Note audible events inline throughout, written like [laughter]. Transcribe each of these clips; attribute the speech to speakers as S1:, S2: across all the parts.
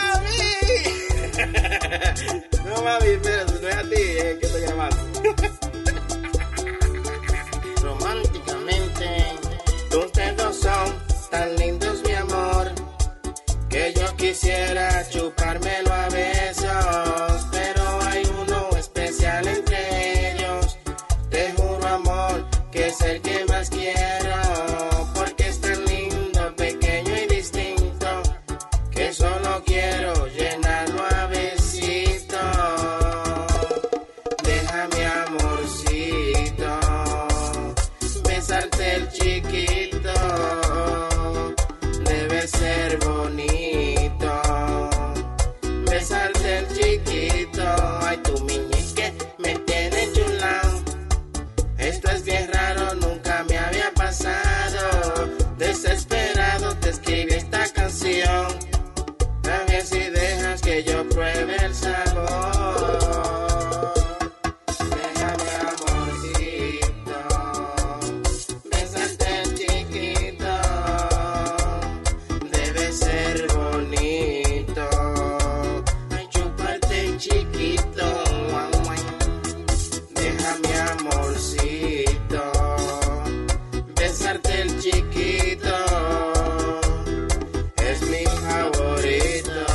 S1: [laughs] Desesperado te escribí esta canción. A ver si dejas que yo pruebe el sabor. Déjame amorcito, besarte chiquito. Debe ser bonito. Ay, chuparte chiquito. Déjame amorcito besarte el chiquito es mi favorito.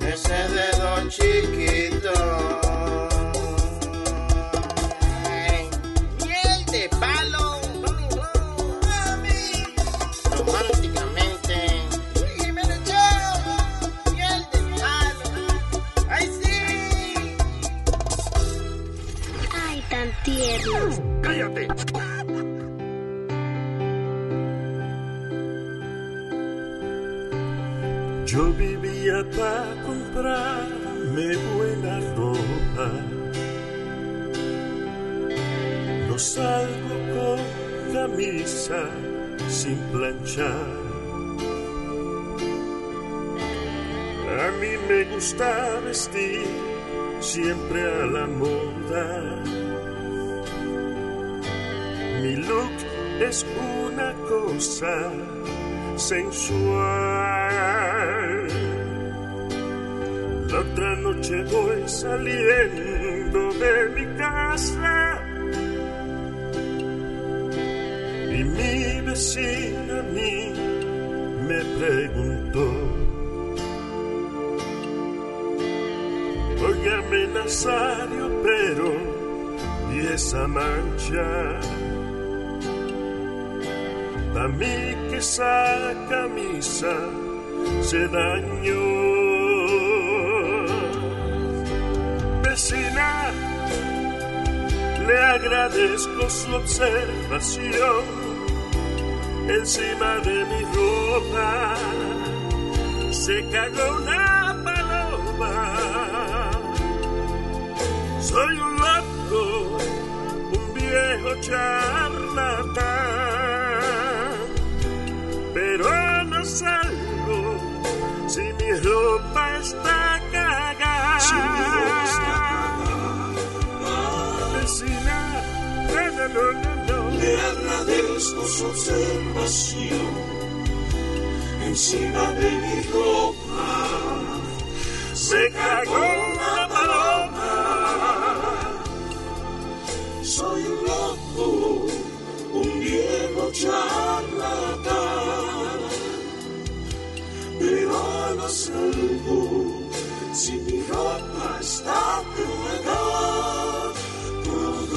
S1: Ese dedo chiquito. Ay, Miel de palo. Románticamente. Miel de palo. Ay, sí.
S2: Ay, tan tiernos.
S3: ¡Cállate! Yo vivía para comprarme buena ropa. No salgo con camisa sin planchar. A mí me gusta vestir siempre a la moda. Mi look es una cosa sensual. La otra noche voy saliendo de mi casa y mi vecina a mí me preguntó. Óigame Nazario, pero y esa mancha. A mí que esa camisa se dañó. Vecina, le agradezco su observación encima de mi ropa. Se cagó una paloma. Soy un loco, un viejo charlatán pero no salgo si mi ropa está cagada. Si mi ropa está cagada. Vecina, no, no, no, no. Le agradezco su observación encima de mi ropa. Se cagó una paloma. Soy un loco, un viejo charlatán. Pero no salgo si mi ropa está cagada.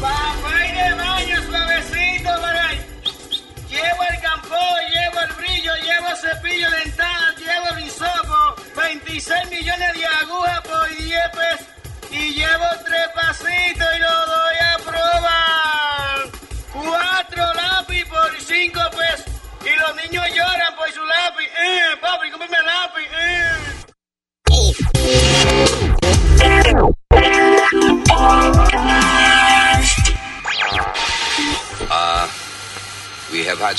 S1: Papá y de baño suavecito, maray. Llevo el campo, llevo el brillo, llevo cepillo dental, llevo el hisopo, 26 millones de agujas por 10 pesos y llevo tres pasitos y lo doy a probar. Cuatro lápiz por 5 pesos y los niños lloran por su lápiz. Eh, papi, cómprame el lápiz. Eh.
S4: We have had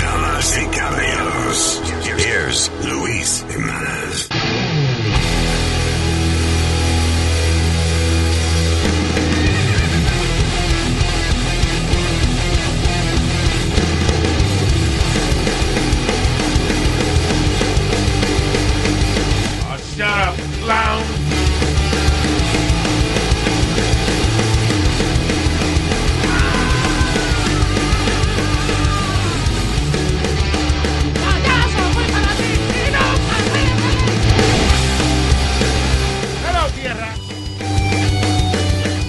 S5: Damas y caballeros, here's Luis Jimenez.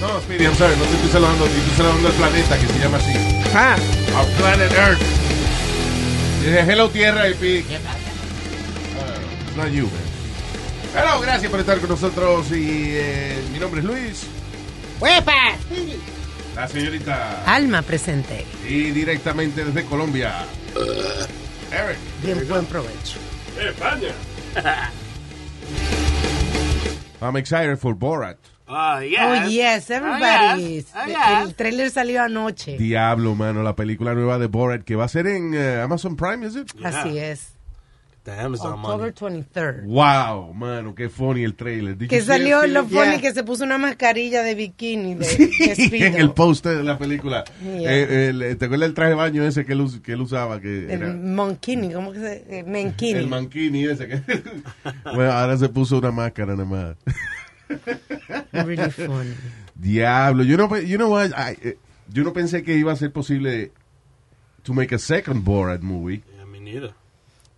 S6: No, Speedy, I'm sorry, no te estoy saludando, te estoy saludando al planeta que se llama así.
S7: Ah,
S6: Our planet Earth. Yo dije, hello Tierra y Speedy. ¿Qué pasa? it's not you, man. Bueno, gracias por estar con nosotros y eh, mi nombre es Luis.
S7: ¡Huepa!
S6: La señorita.
S7: Alma presente.
S6: Y directamente desde Colombia. Eric.
S7: Bien, buen provecho.
S3: España.
S6: I'm excited for Borat.
S1: Oh, yes.
S7: Oh, yes, everybody. is.
S1: Oh, yes.
S7: El trailer salió anoche.
S6: Diablo, mano, la película nueva de Borat que va a ser en eh, Amazon Prime, ¿es it?
S7: Así es.
S8: The Amazon
S7: October 23rd.
S6: Wow, mano, qué funny el trailer. Did
S7: Que
S6: you see it?
S7: salió lo
S8: Yeah.
S7: funny que se puso una mascarilla de bikini de, de Speedo.
S6: [laughs] en el póster de la película.
S7: Yeah.
S6: Eh, el- ¿Te acuerdas del traje de baño ese que él, us- que él usaba? Que
S7: El
S6: era
S7: monkini, ¿cómo que se eh,
S6: el
S7: Menkini.
S6: manquini ese. Que [laughs] bueno, ahora se puso una máscara nada más. [laughs]
S7: Really funny.
S6: Diablo, yo no, pe- you know what, I- eh, yo no pensé que iba a ser posible to make a second Borat movie.
S8: Yeah, me neither.
S6: [laughs]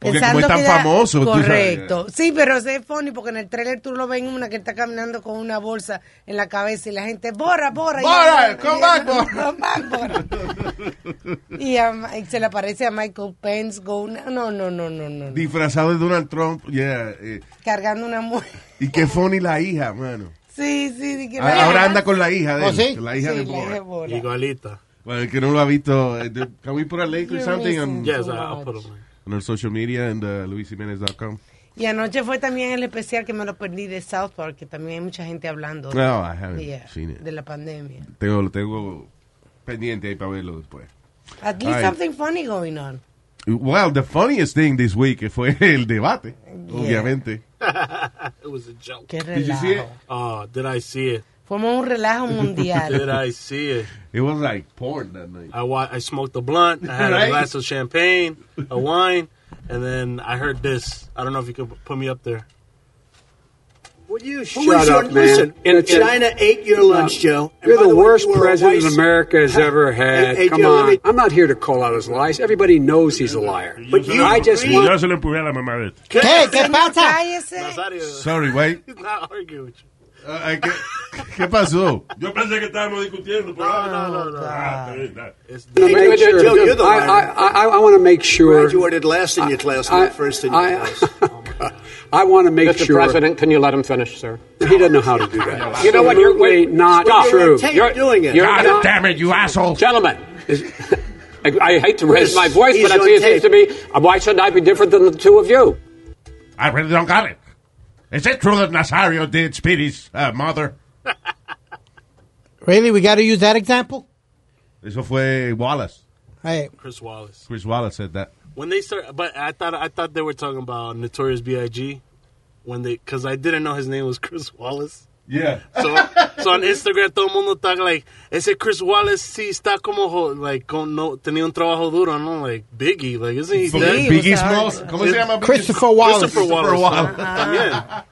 S6: Porque
S7: Pensando
S6: como es tan
S7: que era-
S6: famoso, tú sabes.
S7: Correcto. Sí, pero es funny porque en el trailer tú lo ven una que está caminando con una bolsa en la cabeza y la gente, borra, borra. Y
S6: Bora,
S7: ella-
S6: come
S7: y
S6: back,
S7: ella-
S6: Bora.
S7: [laughs] come back, Bora. y, a Ma- y se le aparece a Michael Pence con una- No, no, no, no, no. no.
S6: Disfrazado de Donald Trump, yeah. eh,
S7: Cargando una mujer.
S6: y qué funny la hija, mano.
S7: [laughs] Sí, sí. di que-
S6: A- Ah, Ahora anda con la hija de
S8: ¿Oh,
S6: él,
S8: sí?
S6: con la hija
S7: Sí,
S6: de
S7: la hija de
S6: Borat.
S7: Bora.
S8: Igualita.
S6: Bueno, el que no lo ha visto, eh, do- can we put a link or
S7: You're
S6: something on,
S7: missing.
S8: Yes,
S7: so
S8: I- I'll
S7: much.
S8: put them in.
S6: on our social media and uh, luisimenez.com?
S7: Y anoche fue también el especial que me lo perdí de South Park, que también hay mucha gente hablando de-
S6: No, I haven't
S7: yeah,
S6: seen it.
S7: de la pandemia.
S6: Tengo, lo tengo pendiente ahí para verlo después.
S7: At least
S6: Ay.
S7: something funny going on.
S6: Well, the funniest thing this week fue el debate, obviamente.
S8: It was a joke.
S7: Qué
S6: Did you see it?
S7: relajo.
S8: Oh, did I see it?
S7: Fuimos un
S6: [laughs]
S7: relajo
S8: Did
S7: mundial.
S8: I see it?
S6: It was like porn that night.
S8: I wa- I smoked a blunt. I had
S6: Right?
S8: a glass of champagne, a wine, and then I heard this. I don't know if you could put me up there.
S9: Would you shut up, man? Listen, China ate your lunch, Joe. You're the, worst president America has ever had. Come on, I'm not here to call out his lies. Everybody knows he's a liar. But you, I just want.
S6: se lo empujé a la mamá de
S8: ¿Qué?
S7: ¿Qué pasa? Cállese.
S8: Nazario,
S6: Sorry,
S8: [laughs]
S6: güey.
S8: he's not arguing with you.
S6: Uh, ay, ¿qué, ¿Qué pasó?
S3: Yo pensé que estábamos discutiendo. Pero...
S8: No, no, no, no.
S3: Ah, sí, no.
S8: It's
S9: Make sure-
S10: Joe, you're the
S9: I,
S10: liar.
S9: I, I, I want to make sure.
S10: graduated last in your class,
S9: I,
S10: not first in your
S9: I,
S10: class.
S9: I want to make sure.
S10: can you let him finish, sir?
S9: he doesn't know how to do that.
S10: You know what, you're-
S9: Absolutely not
S10: Stop.
S9: true.
S10: You're- doing it.
S9: You're
S10: God
S9: not,
S6: damn it, you asshole.
S9: gentlemen. is- [laughs] I, I hate to raise
S10: He's-
S9: my voice,
S10: he's
S9: but I
S10: on
S9: see it seems
S10: tape.
S9: to me. uh, Why should I be different than the two of you?
S6: I really don't got it. Is it true that Nazario did Speedy's uh, mother?
S11: [laughs] Really, we got to use that example.
S6: Eso fue Wallace.
S11: Hey,
S8: Chris Wallace.
S6: Chris Wallace said that.
S8: When they start, but I thought I thought they were talking about Notorious B.I.G. When they, because I didn't know his name was [laughs] Chris Wallace.
S6: Yeah.
S8: So, so on Instagram todo el mundo está like, ese Chris Wallace sí está como jo- like con no tenía un trabajo duro, no like Biggie, like isn't he dead?
S6: Biggie
S7: o sea,
S6: Smalls. ¿Cómo se llama? Biggie?
S11: Christopher Wallace.
S8: Christopher Wallace.
S6: Wallace.
S8: También.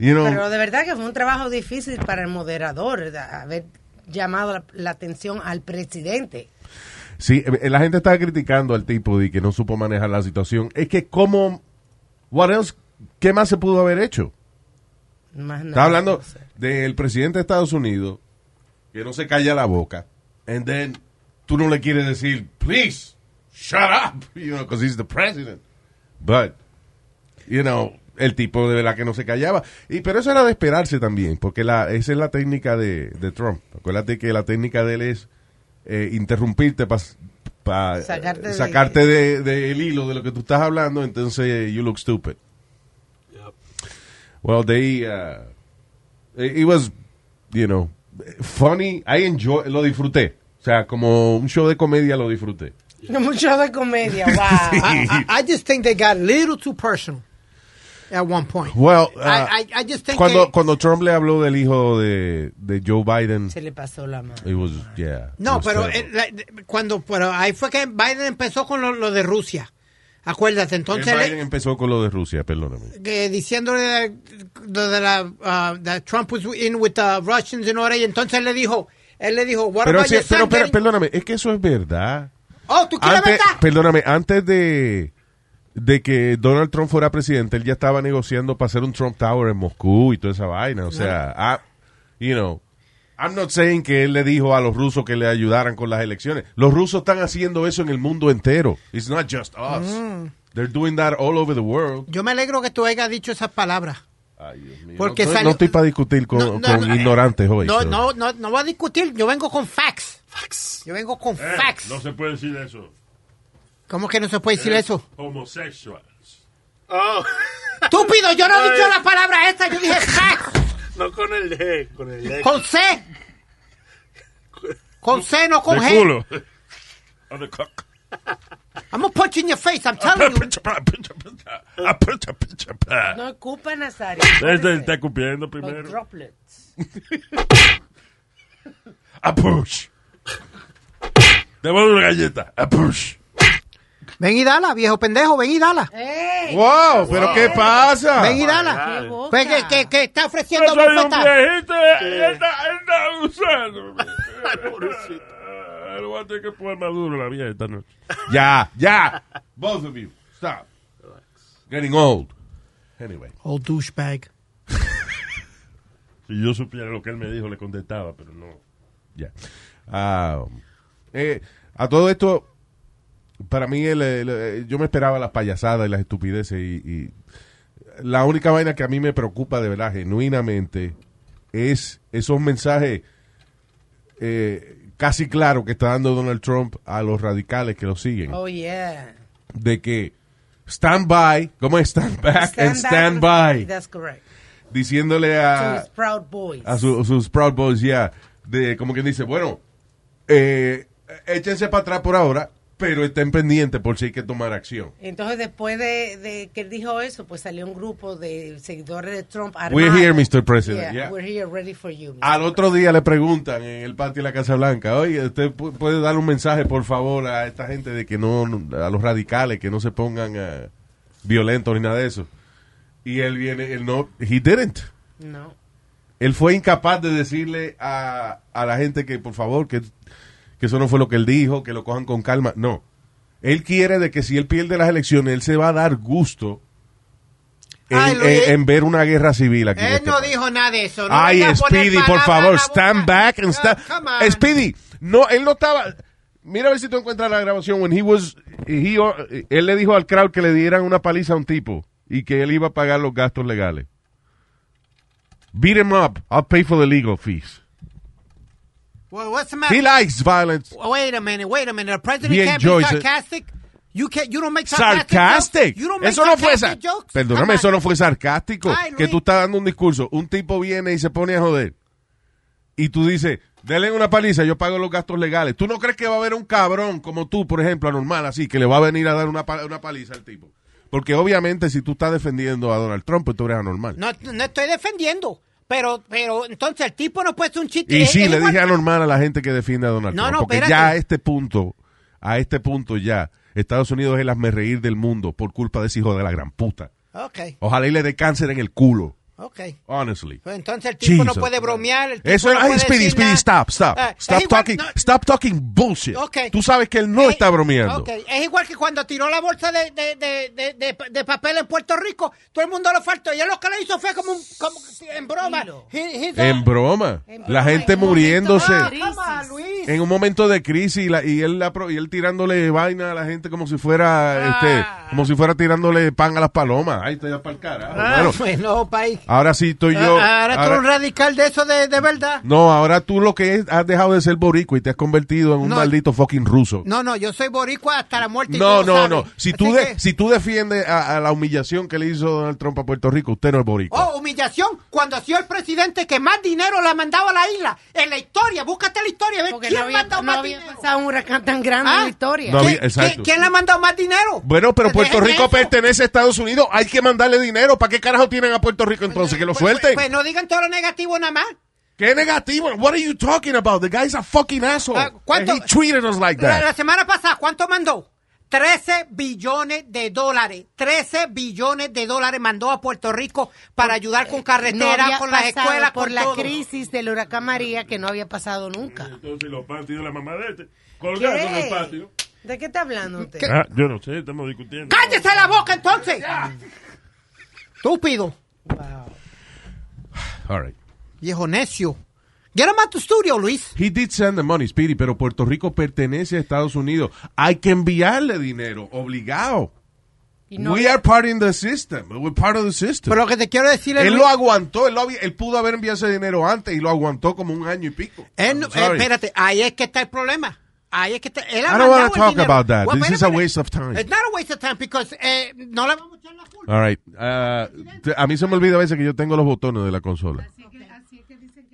S6: You know,
S7: Pero de verdad que fue un trabajo difícil para el moderador, de haber llamado la, la atención al presidente.
S6: Sí, eh, la gente estaba criticando al tipo de que no supo manejar la situación. Es que cómo, what else, ¿qué más se pudo haber hecho?
S7: Más nada.
S6: Está hablando del presidente de Estados Unidos que no se calla la boca. And then tú no le quieres decir, please, shut up, [laughs] you know, because he's the president. But, you know, el tipo de verdad que no se callaba. Y, pero eso era de esperarse también, porque la, esa es la técnica de, de Trump. Acuérdate que la técnica de él es eh, interrumpirte para
S7: Sacarte de-
S6: sacarte de- del hilo de lo que tú estás hablando, entonces you look stupid.
S8: Yep.
S6: Well, they uh, it it was, you know, funny. I enjoy, lo disfruté. O sea, como un show de comedia lo disfruté.
S7: [laughs] Mucho de
S6: [laughs]
S7: comedia, wow.
S11: I, I, I just think they got a little too personal at one point.
S6: Well, uh,
S11: I, I, I just think
S6: cuando
S11: they-
S6: cuando Trump le habló del hijo de, de Joe Biden,
S7: Se le pasó la mano.
S6: it was yeah. it
S11: no,
S6: was
S11: pero
S6: terrible.
S11: eh, la- cuando pero ahí fue que Biden empezó con lo, lo de Rusia. Acuérdate,
S6: El
S11: entonces
S6: Biden
S11: le-
S6: empezó con lo de Rusia, perdóname.
S11: que diciéndole lo de la ah, that Trump was in with the Russians and all that, y entonces él le dijo, él le dijo, what
S6: Pero,
S11: about
S6: sí,
S11: your son
S6: pero, pero
S11: getting-"
S6: perdóname, es que eso es verdad.
S11: Oh, tú quieres
S6: Antes,
S11: verdad?
S6: perdóname, antes de, de que Donald Trump fuera presidente, él ya estaba negociando para hacer un Trump Tower en Moscú y toda esa vaina. O sea, I- you know, I'm not saying que él le dijo a los rusos que le ayudaran con las elecciones. Los rusos están haciendo eso en el mundo entero. It's not
S12: Mm.
S6: just us. They're doing that all over the world.
S11: Yo me alegro que tú hayas dicho esas palabras.
S6: Ay, Dios mío.
S12: Porque
S6: no,
S12: salió-
S6: no estoy para discutir con,
S12: No, no,
S6: con
S12: no, eh,
S6: ignorantes hoy.
S12: No,
S6: so.
S12: no, no, no voy a discutir. Yo vengo con facts. Yo vengo con
S13: Eh,
S12: facts.
S13: No se puede decir eso.
S12: ¿Cómo que no se puede decir
S13: Eh,
S12: eso?
S13: Homosexual.
S8: Oh, [laughs]
S12: Estúpido, yo no he
S14: Ay.
S13: Eh.
S12: dicho la palabra esta. Yo dije facts.
S14: No con el E, con el E.
S12: Con C. Con C, no con
S13: De
S12: G.
S13: culo. [laughs] Other cock.
S12: I'm gonna punch you in your face, I'm telling you.
S7: No ocupa, Nazario.
S13: Desde está escupiendo
S7: Los
S13: primero.
S7: droplets.
S13: A push. Te voy a dar una galleta. A push.
S12: Ven y dala, viejo pendejo, ven y dala.
S6: Wow, pero ¿qué pasa?
S12: Ven y
S6: Oh, my
S12: dala.
S6: God.
S12: Pues que, que, que está
S13: Yo
S12: ofreciendo
S13: soy un
S12: bofetada.
S13: viejito. Él está, él está
S6: [laughs]
S13: abusando. Eh, Lo voy a tener que poner más duro la vieja esta noche.
S6: Ya, ya. Both of you, stop. Getting old. Anyway.
S12: Old
S6: [laughs]
S12: douchebag.
S13: Si yo supiera lo que él me dijo, le contestaba, pero no.
S6: Ya. Ah, eh, a todo esto, para mí, el- el- eh, yo me esperaba las payasadas y las estupideces. Y, y la única vaina que a mí me preocupa de verdad, genuinamente, es esos mensajes eh, casi claros que está dando Donald Trump a los radicales que lo siguen.
S7: Oh, yeah.
S6: De que stand by, ¿cómo es? Stand back and stand by.
S7: That's correct.
S6: Diciéndole
S7: To
S6: a,
S7: his proud boys.
S6: Ah. a su- sus Proud Boys, ya. De, como quien dice, bueno, eh, échense para atrás por ahora, pero estén pendientes por si hay que tomar acción.
S7: Entonces, después de, de que él dijo eso, pues salió un grupo de seguidores de Trump armados.
S6: We're here, Mr. President, yeah. Ah.
S7: We're here, ready for you.
S6: Al otro día le preguntan en el patio de la Casa Blanca, oye, ¿usted pu- puede dar un mensaje, por favor, a esta gente de que no, a los radicales, que no se pongan eh, violentos ni nada de eso? Y él viene, él no, he didn't.
S7: No.
S6: Él fue incapaz de decirle a, a la gente que, por favor, que, que eso no fue lo que él dijo, que lo cojan con calma. No. Él quiere de que si él pierde las elecciones, él se va a dar gusto en,
S12: Ay, Luis.
S6: en- en ver una guerra civil aquí. en
S12: Él
S6: este
S12: no
S6: país.
S12: dijo nada de eso. No
S6: Ay,
S12: venga a poner
S6: Speedy, por
S12: palabras
S6: favor,
S12: a la
S6: stand back and stand.
S12: come on.
S6: Speedy, no, él no estaba. Mira a ver si tú encuentras la grabación. When he was, he- él le dijo al crowd que le dieran una paliza a un tipo y que él iba a pagar los gastos legales. Beat him up. I'll pay for the legal fees.
S12: Well, what's the
S6: He
S12: matter?
S6: likes violence.
S12: Wait a minute, wait a minute. The president
S6: He
S12: can't be
S6: enjoys it.
S12: sarcastic. You can't. You don't make sarcastic.
S6: Sarcastic.
S12: Jokes. You don't make
S6: Eso no fue sar-
S12: sarcastic jokes. Come
S6: Perdóname,
S12: on.
S6: eso no fue sarcástico.
S12: Ay, Luis.
S6: Que tú estás dando un discurso. Un tipo viene y se pone a joder. Y tú dices, denle una paliza, yo pago los gastos legales. ¿Tú no crees que va a haber un cabrón como tú, por ejemplo, anormal, así, que le va a venir a dar una, pa- una paliza al tipo? Porque obviamente si tú estás defendiendo a Donald Trump, pues tú eres anormal.
S12: No, no estoy defendiendo. Pero, pero entonces el tipo no puede hacer un chiste.
S7: Eh,
S6: Y
S12: Él-
S6: sí,
S12: él
S6: le
S12: Eh, igual-
S6: dije anormal a la gente que defiende a Donald
S12: No,
S6: Trump.
S12: no,
S6: porque
S12: espérate.
S6: ya a este punto, a este punto ya, Estados Unidos es el reír del mundo por culpa de ese hijo de la gran puta.
S12: Okay,
S6: Ojalá y le dé cáncer en el culo.
S12: okay.
S6: Honestly.
S12: Pues entonces el tipo no
S6: Jesus.
S12: puede bromear. el tipo
S6: Eso
S12: no
S6: es. Ay,
S12: puede
S6: Speedy,
S12: decir
S6: Speedy,
S12: nada.
S6: stop, stop.
S7: Eh,
S12: Ah, es
S6: stop,
S12: igual-
S6: talking,
S12: no,
S6: stop talking bullshit.
S12: Ok. Eh,
S6: Tú sabes que él no está bromeando.
S12: Ok, Es igual que cuando tiró la bolsa de, de, de, de, de- de papel en Puerto Rico, todo el mundo lo faltó. Y él lo que le hizo fue como, un, como en broma. He- he's a-
S6: En broma. La gente muriéndose.
S12: Ah, come on, Luis.
S6: En un momento de crisis y, la- y él, la pro- y él tirándole vaina a la gente como si fuera este, como si fuera tirándole pan a las palomas. Ay, te da pa'l carajo.
S12: Ah,
S6: Bueno,
S12: bueno, país.
S6: ahora sí estoy yo.
S12: Ah, ahora tú eres un
S6: ahora-
S12: radical de eso de, de verdad.
S6: no, ahora tú lo que es- has dejado de ser boricua y te has convertido en un
S12: No.
S6: maldito fucking ruso.
S12: No, no, yo soy boricua hasta la muerte. y
S6: No,
S12: tú lo
S6: no,
S12: sabes.
S6: no. Si
S12: Así
S6: tú, de-
S12: que-
S6: si tú defiendes a, a la humillación que le hizo Donald Trump a Puerto Rico, usted no es boricua.
S12: Oh, humillación cuando ha sido el presidente que más dinero le ha mandado a la isla. En la historia, búscate la historia, a ver
S7: Porque
S12: quién
S7: no había-
S12: mandó
S7: no
S12: más
S7: había
S12: dinero. Ah,
S7: pasado un huracán tan grande en la historia.
S6: No había-
S12: ¿Qui-
S6: exacto.
S12: qui- ¿Quién le ha mandado más dinero?
S6: Bueno, pero Puerto
S12: Dejen
S6: Rico
S12: eso.
S6: pertenece a Estados Unidos. Hay que mandarle dinero. ¿Para qué carajo tienen a Puerto Rico entonces? Que lo
S12: Pues,
S6: suelten.
S12: pues no digan todo lo negativo nada más.
S6: ¿Qué negativo? What are you talking about? The guy's a fucking asshole.
S12: Ah, ¿cuánto-
S6: And he treated us like
S12: La, la
S6: that.
S12: semana pasada, ¿cuánto mandó? 13 billones de dólares. 13 billones de dólares mandó a Puerto Rico para ayudar con carretera,
S7: había
S12: con las
S7: pasado
S12: escuelas,
S7: por
S12: con
S7: la
S12: todo.
S7: crisis del huracán María que no había pasado nunca.
S13: Entonces los patios de la mamá de este. Colgado en el patio.
S7: ¿De qué está hablando usted?
S13: Ah, yo no sé, estamos discutiendo.
S12: ¡Cállese la boca entonces! Estúpido,
S6: All right.
S12: viejo necio. Get him out the studio, Luis.
S6: He did send the money, Speedy, pero Puerto Rico pertenece a Estados Unidos. Hay que enviarle dinero, obligado.
S7: no-
S6: We are part in the system. We're part of the system.
S12: Pero lo que te quiero decir es-
S6: Él lo aguantó. Él, lo había- él pudo haber enviado ese dinero antes y lo aguantó como un año y pico.
S12: Él no-
S6: I'm sorry.
S12: espérate, ahí es que está el problema. Ahí es que está. Él ha
S6: I don't
S12: mandado
S6: want
S12: el
S6: to talk
S12: dinero.
S6: about that.
S12: Well,
S6: This
S12: espera,
S6: is a
S12: espera.
S6: waste of time.
S12: It's not a waste of time because eh, no la vamos a echar la culpa.
S6: All right. Ah, te- a mí se me olvida a veces que yo tengo los botones de la consola.
S7: ¿Qué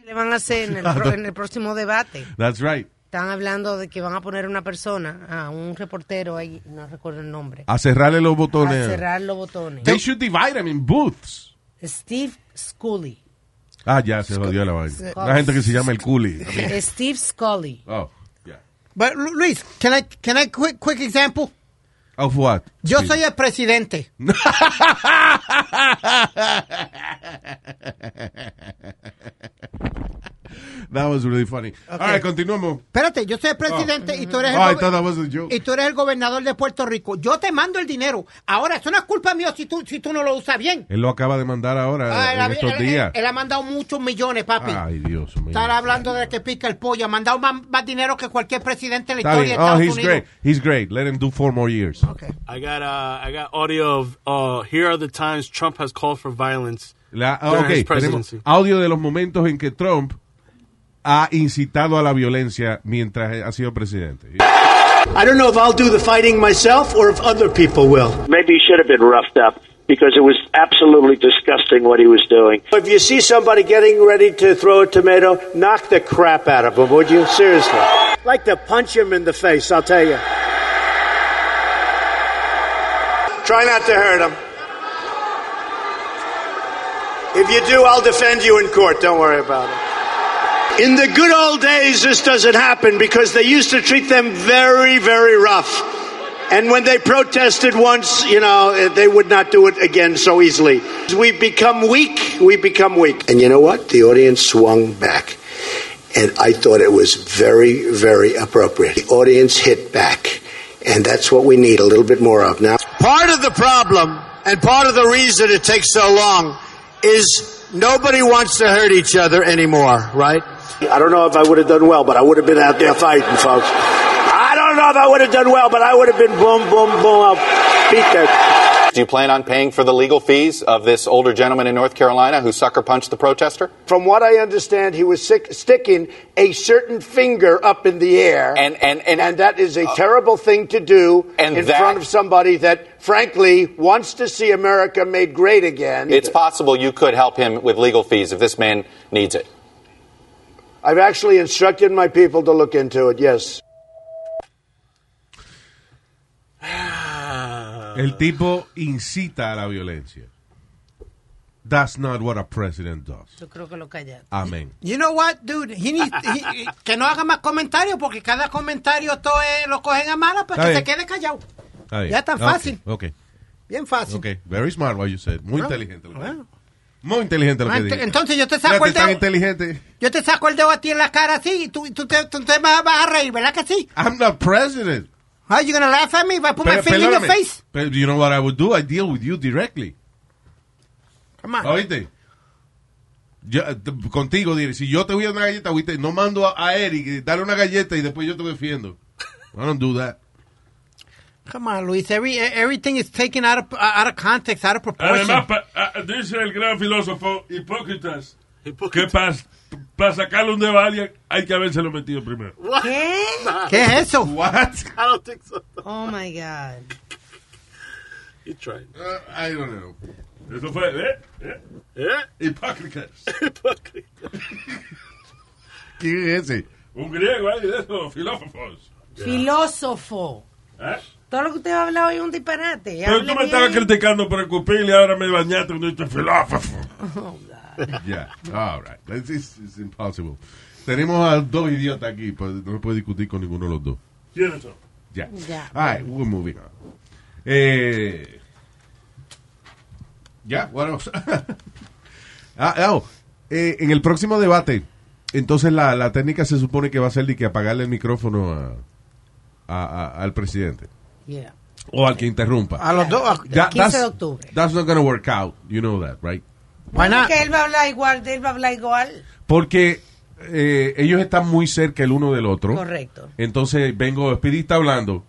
S7: le van a hacer en el, pro- en el próximo debate?
S6: That's right.
S7: Están hablando de que van a poner una persona, a un reportero ahí, no recuerdo el nombre,
S6: A cerrarle los
S7: a
S6: botones.
S7: cerrar los botones.
S6: They should divide them in booths.
S7: Steve Scully.
S6: Ah, ya, se jodió la vaina. La gente que se llama el culi.
S7: Steve Scully.
S6: Oh,
S12: But Lu- Luis, can I can I quick quick example?
S6: of what?
S12: Yo
S6: Sí.
S12: soy el presidente.
S6: [laughs] That was really funny. All right, continuemos.
S12: Espérate, yo soy el presidente y tú eres el
S6: Oh, I
S12: gobe-
S6: thought that was a joke.
S12: y tú eres el gobernador de Puerto Rico. Yo te mando el dinero. Ahora, eso no es culpa mía si tú si tú no lo usas bien.
S6: Él lo acaba de mandar ahora,
S12: Ah, él,
S6: en
S12: ha-
S6: estos
S12: él-
S6: días. Ah.
S12: él- él ha mandado muchos millones, papi.
S6: Ay, Dios mío.
S12: Estar hablando de que pica el pollo. Ha mandado más, más dinero que cualquier presidente en la historia
S6: Está bien.
S12: de
S6: Oh,
S12: Estados
S6: he's
S12: Unidos.
S6: great. He's great. Let him do four more years. Okay.
S8: I got uh, I got audio of uh, here are the times Trump has called for violence
S6: La, ah,
S8: during
S6: ok,
S8: his
S6: tenemos
S8: presidency.
S6: audio de los momentos en que Trump ha incitado a la violencia mientras ha sido presidente.
S10: I don't know if I'll do the fighting myself or if other people will.
S15: Maybe he should have been roughed up because it was absolutely disgusting what he was doing.
S10: If you see somebody getting ready to throw a tomato, knock the crap out of them, would you? Seriously. Like to punch him in the face, I'll tell you. Try not to hurt him. If you do, I'll defend you in court. Don't worry about it. In the good old days, this doesn't happen because they used to treat them very, very rough. And when they protested once, you know, eh, they would not do it again so easily. We've become weak. We've become weak.
S16: And you know what? The audience swung back. And I thought it was very, very appropriate. The audience hit back. And that's what we need a little bit more of now.
S10: Part of the problem and part of the reason it takes so long is nobody wants to hurt each other anymore, right?
S16: I don't know if I would have done well, but I would have been out there fighting, folks.
S15: I don't know if I would have done well, but I would have been boom, boom, boom. I'll beat that.
S17: Do you plan on paying for the legal fees of this older gentleman in North Carolina who sucker punched the protester?
S10: From what I understand, he was sick, sticking a certain finger up in the air.
S17: And- and- and- uh,
S10: that is a terrible thing to do
S17: And
S10: in
S17: that-
S10: front of somebody that, frankly, wants to see America made great again.
S17: It's possible you could help him with legal fees if this man needs it.
S10: I've actually instructed my people to look into it, yes.
S6: El tipo incita a la violencia. That's not what a president does.
S7: Yo creo que lo callaron.
S6: Amén.
S12: You know what, dude? He needs- he- que no haga más comentarios porque cada comentario todo es- lo cogen a mala para
S6: Está
S12: que
S6: bien.
S12: se quede callado.
S6: Está bien.
S12: Ya tan
S6: Ok,
S12: fácil.
S6: Ok,
S12: Bien fácil.
S6: ok. Very smart what you said. Muy
S12: Bueno,
S6: inteligente. lo que
S12: bueno.
S6: Muy inteligente lo
S12: Ah,
S6: que
S12: ent-
S6: dije.
S12: entonces yo te
S6: Fíjate,
S12: saco el
S6: tan
S12: dedo.
S6: inteligente.
S12: Yo te saco el dedo a ti en la cara así y tú, y tú te, tú te vas, vas a reír, ¿verdad que sí?
S6: I'm not president.
S12: Are you gonna laugh at me if I put my
S6: Pero-
S12: finger in your
S6: perdóname.
S12: face?
S6: Pero you know what I would do? I deal with you directly.
S12: Come on.
S6: ¿Oíste? Yo, eh, te- contigo, diré, si yo te voy a dar una galleta, ¿oíste? no mando a, a Eric, eh, dale una galleta y después yo te defiendo. I don't do that.
S12: Come on, Luis. Every, everything is taken out of, out of context, out of proportion.
S13: Además, pa- a- dice el gran filósofo Hipócritas,
S8: [laughs]
S13: que para sacarle un dedo a alguien hay que habérselo metido primero.
S7: ¿Qué?
S12: ¿Qué es eso?
S6: What?
S8: I
S6: [laughs]
S8: don't think so.
S7: Oh my God.
S8: You tried.
S6: I don't know.
S13: Eso fue, ¿eh? ¿eh?
S8: É? [laughs]
S6: Hipócritas. ¿Quién es ese?
S13: Un griego, ¿eh? De esos filósofos.
S7: Filósofo.
S6: É?
S13: ¿Eh?
S7: Todo lo que usted ha hablado hoy es un disparate.
S13: Pero
S7: Hable
S13: tú me
S7: bien.
S13: estabas criticando por el cupil y ahora me bañaste con este filósofo.
S7: [laughs] Oh,
S6: Yeah, all right. This is, it's impossible. Tenemos a dos idiotas aquí, pues no se puede discutir con ninguno de los dos.
S13: ¿Quiénes son?
S6: Ya.
S13: Ya.
S6: All right, we're moving on. Eh, ya, what else? [laughs] ah, oh, eh, en el próximo debate, entonces la, la técnica se supone que va a ser de que apagarle el micrófono a- a- a- al presidente
S7: Yeah.
S6: o al que interrumpa.
S12: A los dos. a-
S7: 15 Ah,
S6: That-
S7: de
S6: that's-
S7: octubre.
S6: That's not going to work out. You know that, right? Ah.
S7: Porque él va a hablar igual, de él va a hablar igual.
S6: Porque eh, ellos están muy cerca el uno del otro.
S7: Correcto.
S6: Entonces vengo, Speedy está hablando.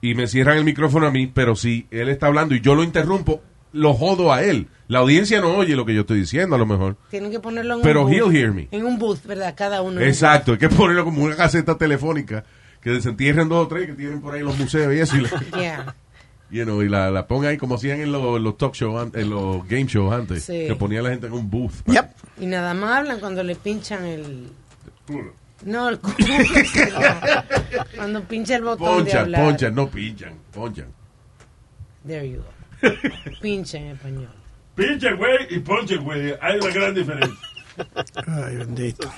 S6: y me cierran el micrófono a mí, pero si él está hablando y yo lo interrumpo, lo jodo a él. La audiencia no oye lo que yo estoy diciendo, a lo mejor.
S7: Tienen que ponerlo en
S6: Pero
S7: un booth.
S6: he'll hear me.
S7: En un booth, ¿verdad? Cada uno.
S6: Exacto, hay que ponerlo como una caseta telefónica que desentierren dos o tres que tienen por ahí los museos y eso. Y la,
S7: [laughs] Yeah.
S6: you know, y la, la pongan ahí como hacían en los, los talk shows, an- en los game shows antes,
S7: Sí.
S6: que ponían la gente en un booth.
S7: Y nada más hablan cuando le pinchan el... No, el culo. [laughs] cuando pincha el botón de
S6: Ponchan,
S7: hablar.
S6: ponchan, no pinchan, ponchan.
S7: There you go. Pincha en español.
S13: Pinche güey y ponche güey. Hay una gran diferencia.
S12: Ay, bendito.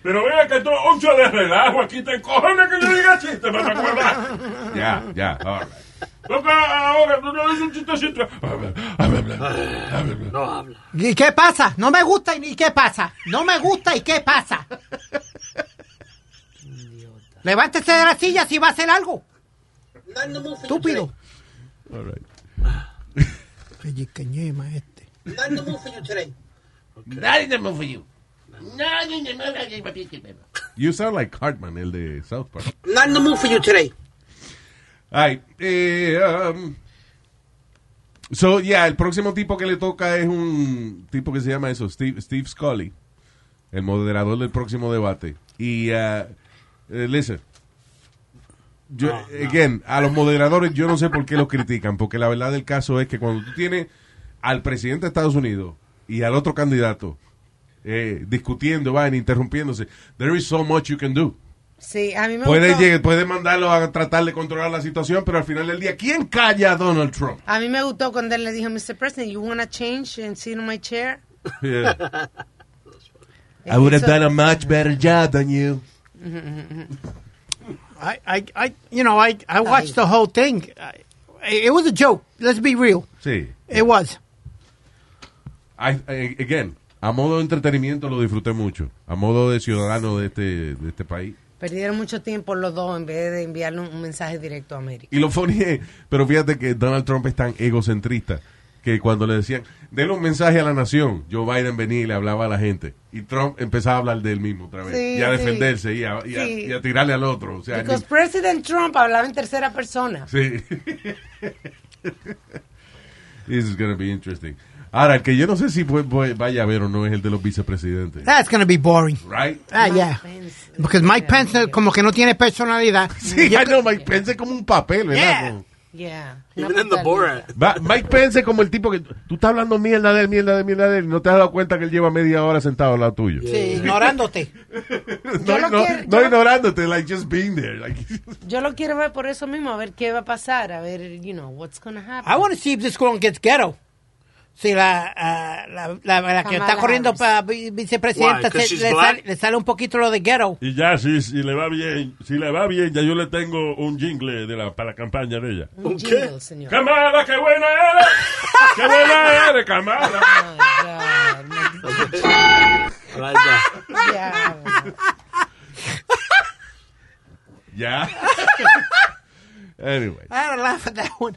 S13: Pero vea que tú, un show de relajo aquí, te cojones que yo diga chiste, me acuerdas.
S6: Ya, ya, all right.
S13: Porque ahora tú no dices un chistecito.
S8: No habla.
S11: ¿Y qué pasa? No me gusta y qué pasa. No me gusta y qué pasa. Levántese de la silla si va a hacer algo. Estúpido.
S6: All right.
S12: Pellicañema este.
S18: Not in the mood for you today.
S6: Not in the mood for you.
S18: Not in the mood for you.
S6: You sound like Cartman, el de South Park.
S18: Not in the mood for you today.
S6: Ay, eh, um, so, yeah, el próximo tipo que le toca es un tipo que se llama eso, Steve, Steve Scully, el moderador del próximo debate. Y, uh, eh, listen, yo, again, a los moderadores yo no sé por qué los critican, porque la verdad del caso es que cuando tú tienes al presidente de Estados Unidos y al otro candidato eh, discutiendo, van interrumpiéndose, there is so much you can do.
S7: Sí, a mí me
S6: Puede,
S7: gustó.
S6: llegar- puede mandarlo a tratar de controlar la situación, pero al final del día, ¿quién calla a Donald Trump?
S7: A mí me gustó cuando él le dijo, Mr. President, you wanna change and sit on my chair?
S6: I would have done a much better job than you.
S12: I, I, I, you know, I, I watched the whole thing. I, it was a joke. Let's be real.
S6: Sí.
S12: It was.
S6: I- I- again, a modo de entretenimiento lo disfruté mucho. A modo de ciudadano de este, de este país.
S7: Perdieron mucho tiempo los dos en vez de enviarle un, un mensaje directo a América.
S6: Y lo funny es, pero fíjate que Donald Trump es tan egocentrista que cuando le decían, denle un mensaje a la nación, Joe Biden venía y le hablaba a la gente. Y Trump empezaba a hablar de él mismo otra vez.
S7: Sí,
S6: y a
S7: sí.
S6: defenderse y a, y a-
S7: Sí.
S6: y a tirarle al otro. O sea,
S7: Because President Trump hablaba en tercera persona.
S6: Sí. [laughs] This is going to be interesting. Ahora, el que yo no sé si fue- fue- vaya a ver o no es el de los vicepresidentes.
S12: That's going to be boring.
S6: Right?
S12: Ah, yeah. Because Mike Pence como que no tiene personalidad.
S6: [laughs] Sí, I know, Mike Pence es como un papel, ¿verdad?
S12: Yeah.
S6: Como-
S7: Yeah.
S8: Even in the Borat.
S6: Va- Mike Pence es como el tipo que tú estás hablando mierda de él, mierda de él, mierda de él, y no te has dado cuenta que él lleva media hora sentado al lado tuyo. [laughs]
S11: Sí, ignorándote.
S6: No, no, no ignorándote, like just being there. Like, [laughs]
S7: Yo lo quiero ver por eso mismo, a ver qué va a pasar, a ver, you know, what's gonna happen.
S11: I
S12: Ah,
S11: want to see if this girl gets ghetto. Si la, ah, la, la, la que está
S7: Kamala
S11: corriendo
S7: Harris.
S11: para vi- vicepresidenta
S13: Why? 'Cause
S11: se-
S13: she's
S11: le,
S13: black?
S11: sale, le sale un poquito lo de ghetto.
S13: Y ya, si, si le va bien, si le va bien, ya yo le tengo un jingle de la, para la campaña de ella.
S7: Un jingle, señor.
S13: Camara, qué buena eres.
S6: [laughs]
S13: Qué buena eres, Camara.
S8: [laughs]
S13: [laughs]
S6: Ya. anyway.
S11: I don't laugh at that one.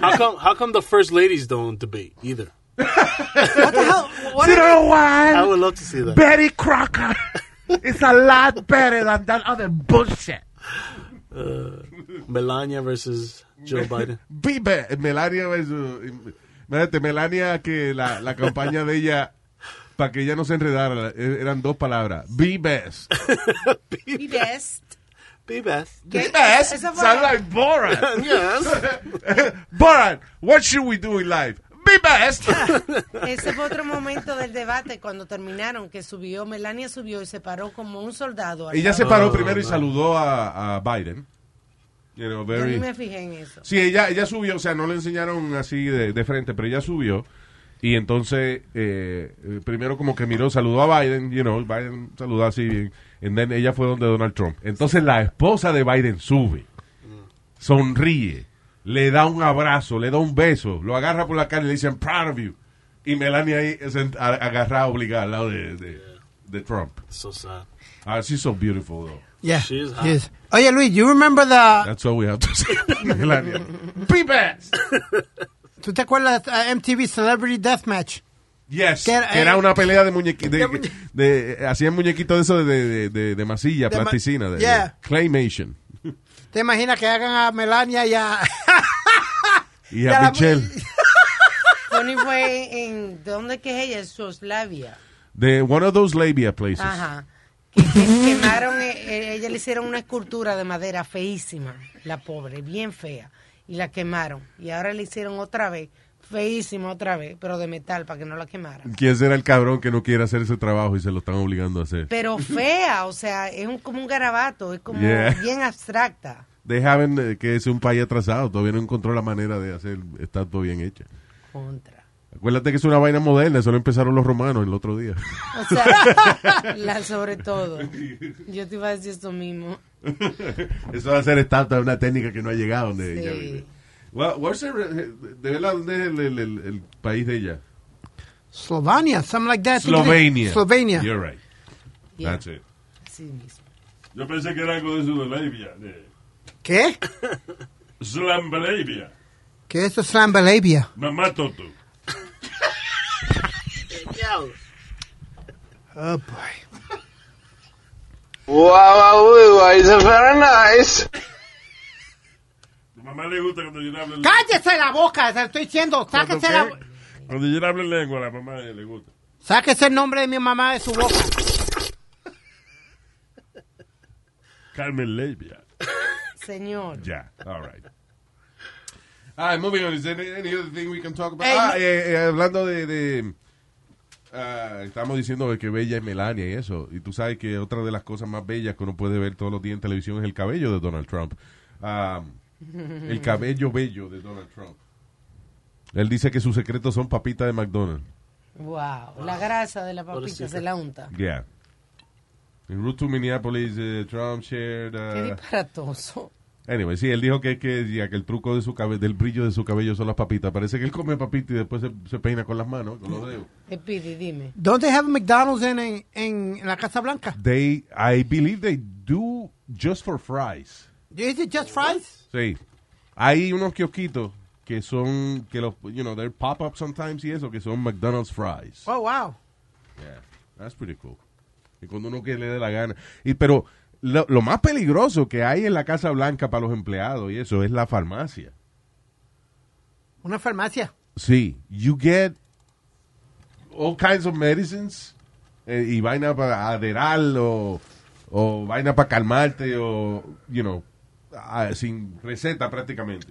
S8: How come, how come the first ladies don't debate either?
S3: You know what?
S8: I would love to see that.
S3: Betty Crocker is a lot better than that other bullshit.
S8: Uh, Melania versus
S6: [laughs]
S8: Joe Biden.
S6: Vive Melania versus- imagínate, Melania que la, la campaña de ella para que ella no se enredara eh, eran dos palabras
S8: [laughs]
S6: be best
S7: Be best.
S8: Be best.
S6: Be best.
S7: Esa fue-
S6: sound like [laughs] Borat
S7: Yes.
S6: Borat what should we do in life be best
S7: Ese fue otro momento del debate cuando terminaron, que subió, Melania subió y se paró como un soldado. al
S6: ella se
S7: lado de-
S6: paró primero y saludó a, a Biden you
S7: Yo
S6: know, very-
S7: ni me fijé en eso.
S6: Sí, ella, ella subió, o sea, no le enseñaron así de, de frente, pero ella subió. Y entonces, eh, eh, primero como que miró, saludó a Biden, you know, Biden saludó así bien. And then ella fue donde Donald Trump. Entonces la esposa de Biden sube, sonríe, le da un abrazo, le da un beso, lo agarra por la cara y le dicen, proud of you. Y Melania ahí sent- a- agarrada, obligada al lado de, de, de Trump.
S8: So sad.
S6: Ah, she's so beautiful, though.
S12: Yeah.
S8: She is hot.
S12: Yes. Oye, Luis, you remember the...
S6: That's all we have to say. [laughs] Melania. Be best.
S12: ¿Tú te acuerdas uh, de MTV Celebrity Deathmatch?
S6: Yes,
S12: Que
S6: que
S12: era- eh,
S6: era, una pelea de muñequitos. De, de- hacían muñequitos de eso de, de, de- de masilla,
S12: De ma-
S6: plasticina, de, de
S12: Yeah.
S6: claymation.
S12: ¿Te imaginas que hagan a Melania y a... [laughs]
S6: Y a Michelle,
S7: Tony fue en, ¿dónde que es ella? En Soslavia.
S6: de one of those labia places.
S7: Ajá. Que, que- quemaron, eh, eh, ella le hicieron una escultura de madera feísima, la pobre, bien fea, y la quemaron. Y ahora le hicieron otra vez, feísima otra vez, pero de metal para que no la quemaran.
S6: ¿Quién será el cabrón que no quiere hacer ese trabajo y se lo están obligando a hacer?
S7: Pero fea, o sea, es un, como un garabato, es como
S6: Yeah.
S7: bien abstracta.
S6: They haven't, eh, que es un país atrasado, todavía no encontró la manera de hacer estatua bien hecha.
S7: Contra.
S6: Acuérdate que es una vaina moderna, eso lo empezaron los romanos el otro día. [laughs]
S7: O sea, la sobre todo. Yo te iba a decir esto mismo.
S6: Eso va a ser estatua, una técnica que no ha llegado donde ella
S7: Sí.
S6: vive. Well, where's the re- ¿De verdad dónde es el, el- el- el país de ella?
S12: Slovenia, something like that.
S6: Slovenia.
S12: Slovenia.
S6: You're right.
S7: Yeah.
S6: That's it.
S7: Sí mismo.
S13: Yo pensé que era algo de Sudolabia, de
S12: ¿Qué?
S13: Slambalabia.
S12: ¿Qué es eso? Slambelabia.
S13: Mamá Toto.
S12: Oh, boy.
S3: Wow, wow, wow, wow, it's very nice.
S13: Tu mamá le gusta cuando yo le hablo
S12: ¡Cállese la boca! Te estoy diciendo,
S13: Cuando,
S12: sáquese, la,
S13: qué? Cuando yo le hablo en lengua, a la mamá le gusta.
S12: sáquese el nombre de mi mamá de su boca.
S13: Carmen Labia.
S7: Señor.
S13: Ya, all right.
S6: All right, moving on. Is there any other thing we can talk about?
S13: Hey,
S6: ah,
S13: no-
S6: eh, eh, hablando de... de, ah, estamos diciendo de que Bella es Melania y eso. Y tú sabes que otra de las cosas más bellas que uno puede ver todos los días en televisión es el cabello de Donald Trump. Ah, el cabello bello de Donald Trump. Él dice que sus secretos son papitas de McDonald's.
S7: Wow. La grasa de la papita
S8: Pobrecita.
S7: se la unta.
S6: Yeah. En route to Minneapolis, eh, Trump shared... ah,
S7: Qué disparatoso.
S6: Anyway, sí, él dijo que, que, ya, que el truco de su cabello, del brillo de su cabello son las papitas. Parece que él come papitas y después se, se peina con las manos, con los dedos.
S7: Speedy, Eh, dime.
S12: ¿Dónde have a McDonald's en, en, en la Casa Blanca?
S6: They, I believe they do just for fries.
S12: ¿Is it just fries?
S6: Sí. Hay unos kiosquitos que son, que los, you know, they're pop-up sometimes y eso, que son McDonald's fries.
S12: Oh, wow.
S6: Yeah, that's pretty cool. Y cuando uno que le dé la gana. Y, pero lo, lo más peligroso que hay en la Casa Blanca para los empleados y eso es la farmacia.
S12: Una farmacia.
S6: Sí, you get all kinds of medicines eh, y vaina para aderal o, o vaina para calmarte o, you know, ah, sin receta prácticamente.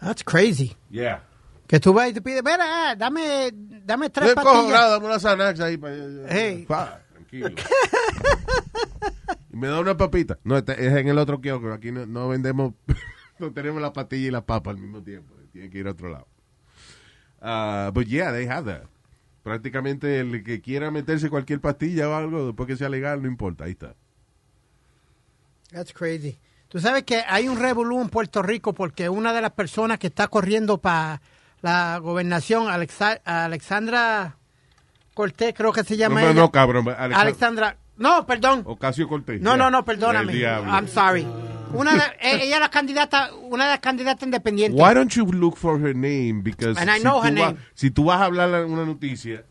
S12: That's crazy.
S6: Yeah.
S12: Que tú vas y te pides, mira, ah, dame, dame tres
S6: No cojo nada,
S12: pastillas.
S6: dame una Xanax ahí para...
S12: Hey.
S6: tranquilo. y me da una papita. No, este es en el otro kiosco. Aquí no, no vendemos, [laughs] no tenemos la pastilla y la papa al mismo tiempo. Tiene que ir a otro lado. Ah, but yeah, they have that. Prácticamente el que quiera meterse cualquier pastilla o algo, después que sea legal, no importa. Ahí está.
S12: That's crazy. Tú sabes que hay un revolú en Puerto Rico porque una de las personas que está corriendo para la gobernación, Alexa- Alexandra Cortés, creo que se llama
S6: No, no,
S12: ella.
S6: no, cabrón, Alexand-
S12: Alexandra, no, perdón.
S6: Ocasio Cortés.
S12: No,
S6: Yeah.
S12: no, no, perdóname.
S6: El diablo.
S12: I'm sorry. Una de-
S6: [laughs]
S12: eh, ella es la candidata, una de las candidatas independientes.
S6: Why don't you look for her name? Because
S12: And I
S6: si,
S12: know
S6: tú
S12: her
S6: vas-
S12: name.
S6: si tú vas a hablar una noticia,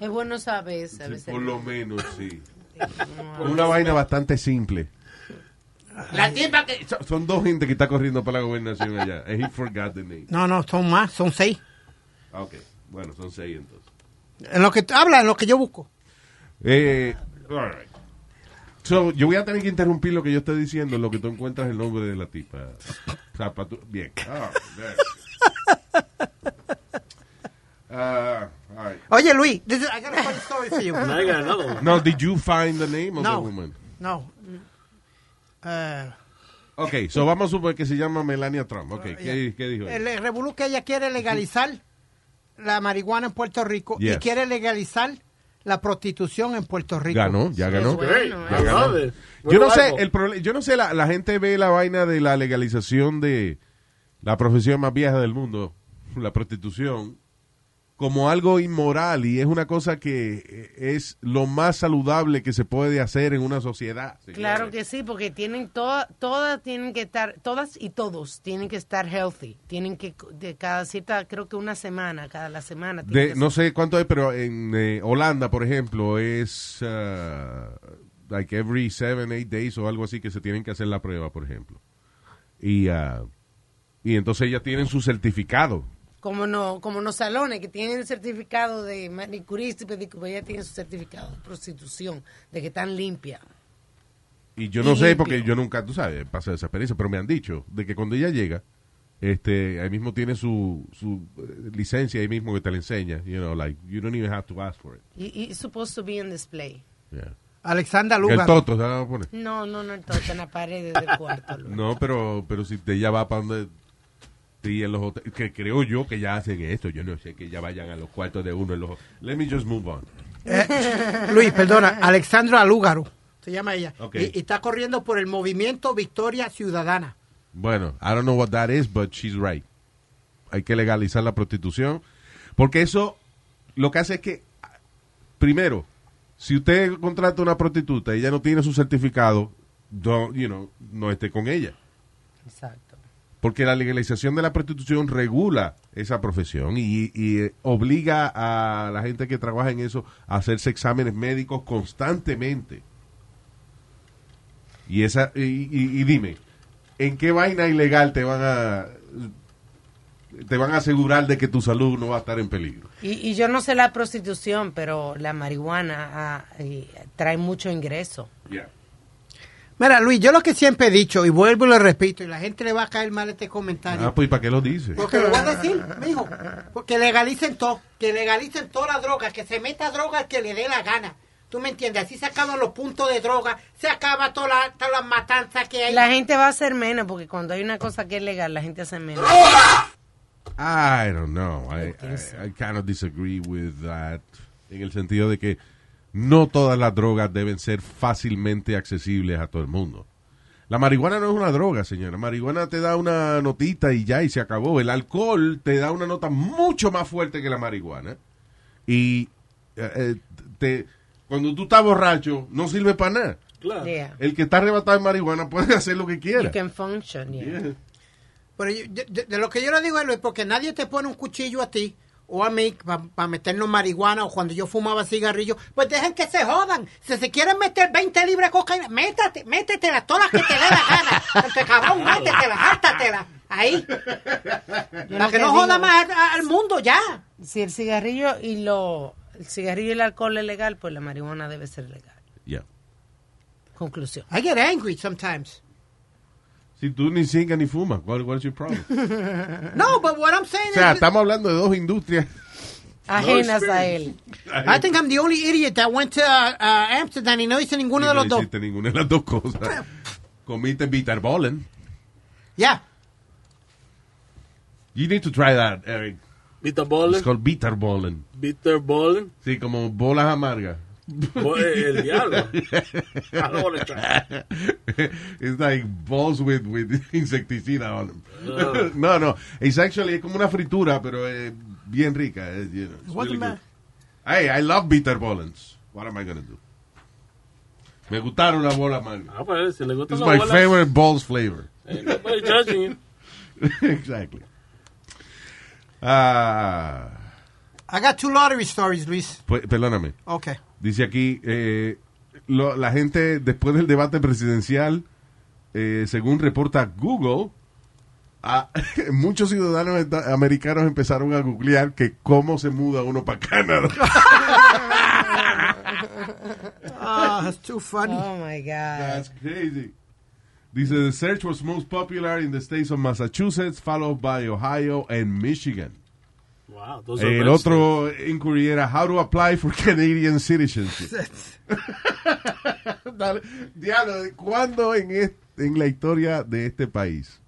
S7: Es bueno saber eso. a veces.
S6: por lo menos
S12: [laughs]
S6: sí. Una vaina bastante simple.
S18: La tipa que.
S6: So- Son dos gente que está corriendo para la gobernación allá. And he forgot the name.
S12: No, no, son más, son seis.
S6: Ah, ok. Bueno, son seis entonces.
S12: En lo que habla, en lo que yo busco.
S6: Eh, all right. So, yo voy a tener que interrumpir lo que yo estoy diciendo, en lo que tú encuentras el nombre de la tipa. Zapatu- Bien. Ah, there.
S12: [laughs]
S6: Ah, all right.
S12: Oye, Luis, this is- I got a funny story for you.
S8: I got another one.
S6: No, did you find the name of the
S12: No.
S6: woman?
S12: No. Eh,
S6: Ok, so vamos a suponer que se llama Melania Trump.
S7: Ah,
S6: Ok, ¿qué, qué dijo? ella?
S12: el revolú que ella quiere legalizar la marihuana en Puerto Rico y
S6: Yes.
S12: quiere legalizar la prostitución en Puerto Rico.
S6: Ganó, ya ganó.
S12: bueno,
S7: é?
S6: Ya
S12: eh.
S6: ganó.
S12: I love it.
S6: Yo no sé,
S12: Revival.
S6: el problema, yo no sé, la, la gente ve la vaina de la legalización de la profesión más vieja del mundo, la prostitución, como algo inmoral y es una cosa que eh, es lo más saludable que se puede hacer en una sociedad.
S7: Claro que sí, porque tienen todas, todas tienen que estar, todas y todos tienen que estar healthy. Tienen que, de cada cierta, creo que una semana, cada la semana. tienen
S6: De-
S7: que
S6: no sé cuánto es, pero en eh, Holanda, por ejemplo, es ah, like every seven, eight days o algo así que se tienen que hacer la prueba, por ejemplo. Y, ah, y entonces ellas tienen su certificado.
S7: Como no, como los salones que tienen certificado de manicurista y pedicurista, ya tienen su certificado de prostitución, de que están limpias.
S6: Y yo no sé, porque yo nunca, tú sabes, pasa esa experiencia, pero me han dicho de que cuando ella llega, este, ahí mismo tiene su, su eh, licencia ahí mismo que te la enseña. You know, like, you don't even have to ask for it.
S7: Y it's supposed to be in display.
S6: Yeah.
S12: Alexandra
S6: El
S12: Lugar.
S6: toto, ¿sabes lo que pone?
S7: No, no, no, todo está en la pared del cuarto. Luis.
S6: No, pero, pero si te- ella va para donde... Sí, en los hoteles, que creo yo que ya hacen esto. Yo no sé que ya vayan a los cuartos de uno en los... Let me just move on.
S12: Luis, perdona, Alexandra Lúgaro, se llama ella.
S6: Ok.
S12: Y, y está corriendo por el movimiento Victoria Ciudadana.
S6: Bueno, I don't know what that is, but she's right. Hay que legalizar la prostitución. Porque eso lo que hace es que, primero, si usted contrata una prostituta y ella no tiene su certificado, don't, you know, no esté con ella.
S7: Exacto.
S6: Porque la legalización de la prostitución regula esa profesión y, y, eh, obliga a la gente que trabaja en eso a hacerse exámenes médicos constantemente. Y esa y, y- y dime, ¿en qué vaina ilegal te van a te van a asegurar de que tu salud no va a estar en peligro?
S7: Y, y yo no sé la prostitución, pero la marihuana ah, y trae mucho ingreso.
S12: Mira, Luis, yo lo que siempre he dicho, y vuelvo y lo repito, y la gente le va a caer mal este comentario.
S6: Ah, pues ¿y para qué lo dices?
S12: Porque lo voy a decir, mijo, porque legalicen todo, que legalicen toda la droga, que se meta droga al que le dé la gana. ¿Tú me entiendes? Así se acaban los puntos de droga, se acaba toda la, todas las matanzas que hay.
S7: La gente va a hacer menos, porque cuando hay una cosa que es legal, la gente hace menos.
S6: I don't know. I, I, I kind of disagree with that. En el sentido de que no todas las drogas deben ser fácilmente accesibles a todo el mundo. La marihuana no es una droga, señora. Marihuana te da una notita y ya, y se acabó. El alcohol te da una nota mucho más fuerte que la marihuana. Y eh, eh, te, cuando tú estás borracho, no sirve para nada.
S7: Claro. Yeah.
S6: El que está arrebatado de marihuana puede [laughs] hacer lo que quiera.
S7: You can function, yeah.
S6: Yeah.
S12: Pero yo- de, de- de lo que yo le digo a Luis, porque nadie te pone un cuchillo a ti o a mí para meternos marihuana o cuando yo fumaba cigarrillo, pues dejen que se jodan. Si se quieren meter 20 libras de cocaína, métate, métetela, todas las que te dé la gana. Porque
S6: [laughs]
S12: cabrón, métetela, hártatela. Ahí.
S7: Yo
S12: Para
S7: lo
S12: que
S7: que
S12: no
S7: digo-
S12: joda más a- a- al mundo ya.
S7: Si el cigarrillo y lo el cigarrillo y el alcohol es legal, pues la marihuana debe ser legal.
S6: Yeah.
S7: Conclusión.
S12: I get angry sometimes.
S6: Si tú ni sigas ni fumas, ¿cuál es tu problema?
S12: No, but what I'm saying
S6: O sea,
S12: is...
S6: estamos hablando de dos industrias.
S12: Ajenas
S7: a él.
S12: I think I'm the only idiot that went to uh, uh, Amsterdam y no hice ninguno de
S6: no
S12: los dos.
S6: hiciste ninguna de las dos cosas. Comiste Bitterballen.
S12: Yeah.
S6: You need to try that, Eric.
S8: Bitterballen?
S6: It's called Bitterballen.
S8: Bitterballen.
S6: Sí, como bolas amargas.
S8: Bo- eh, el diablo.
S12: Ah,
S8: I don't wanna try.
S6: [laughs] It's like balls with, with [laughs] insecticida on them.
S12: Ah.
S8: Ugh.
S6: No, no. It's actually es como una fritura, pero eh, bien rica. eh, you know, it's
S12: What
S6: really
S12: the
S6: good. Hey, I love Bitterbollens. What am I going to do? Me gustaron las bolas amargas.
S8: Ah, pues, si le gustan
S6: It's
S8: las
S6: my
S8: bolas,
S6: favorite balls flavor.
S8: ain't nobody judging you.
S6: [laughs] exactly. Ah,
S12: I got two lottery stories, Luis.
S6: pues, perdóname.
S12: Okay.
S6: Dice aquí, eh, lo- la gente después del debate presidencial, eh, según reporta Google, a- [laughs] muchos ciudadanos esta- americanos empezaron a googlear que cómo se muda uno para Canadá.
S12: Ah, that's too funny.
S7: Oh my God.
S6: That's crazy. Dice, the search was most popular in the states of Massachusetts, followed by Ohio and Michigan.
S8: Wow, those are
S6: El
S8: red
S6: otro inquiry era how to apply for Canadian citizenship. [laughs] Dale, Diablo, ¿cuándo en, es- en la historia de este país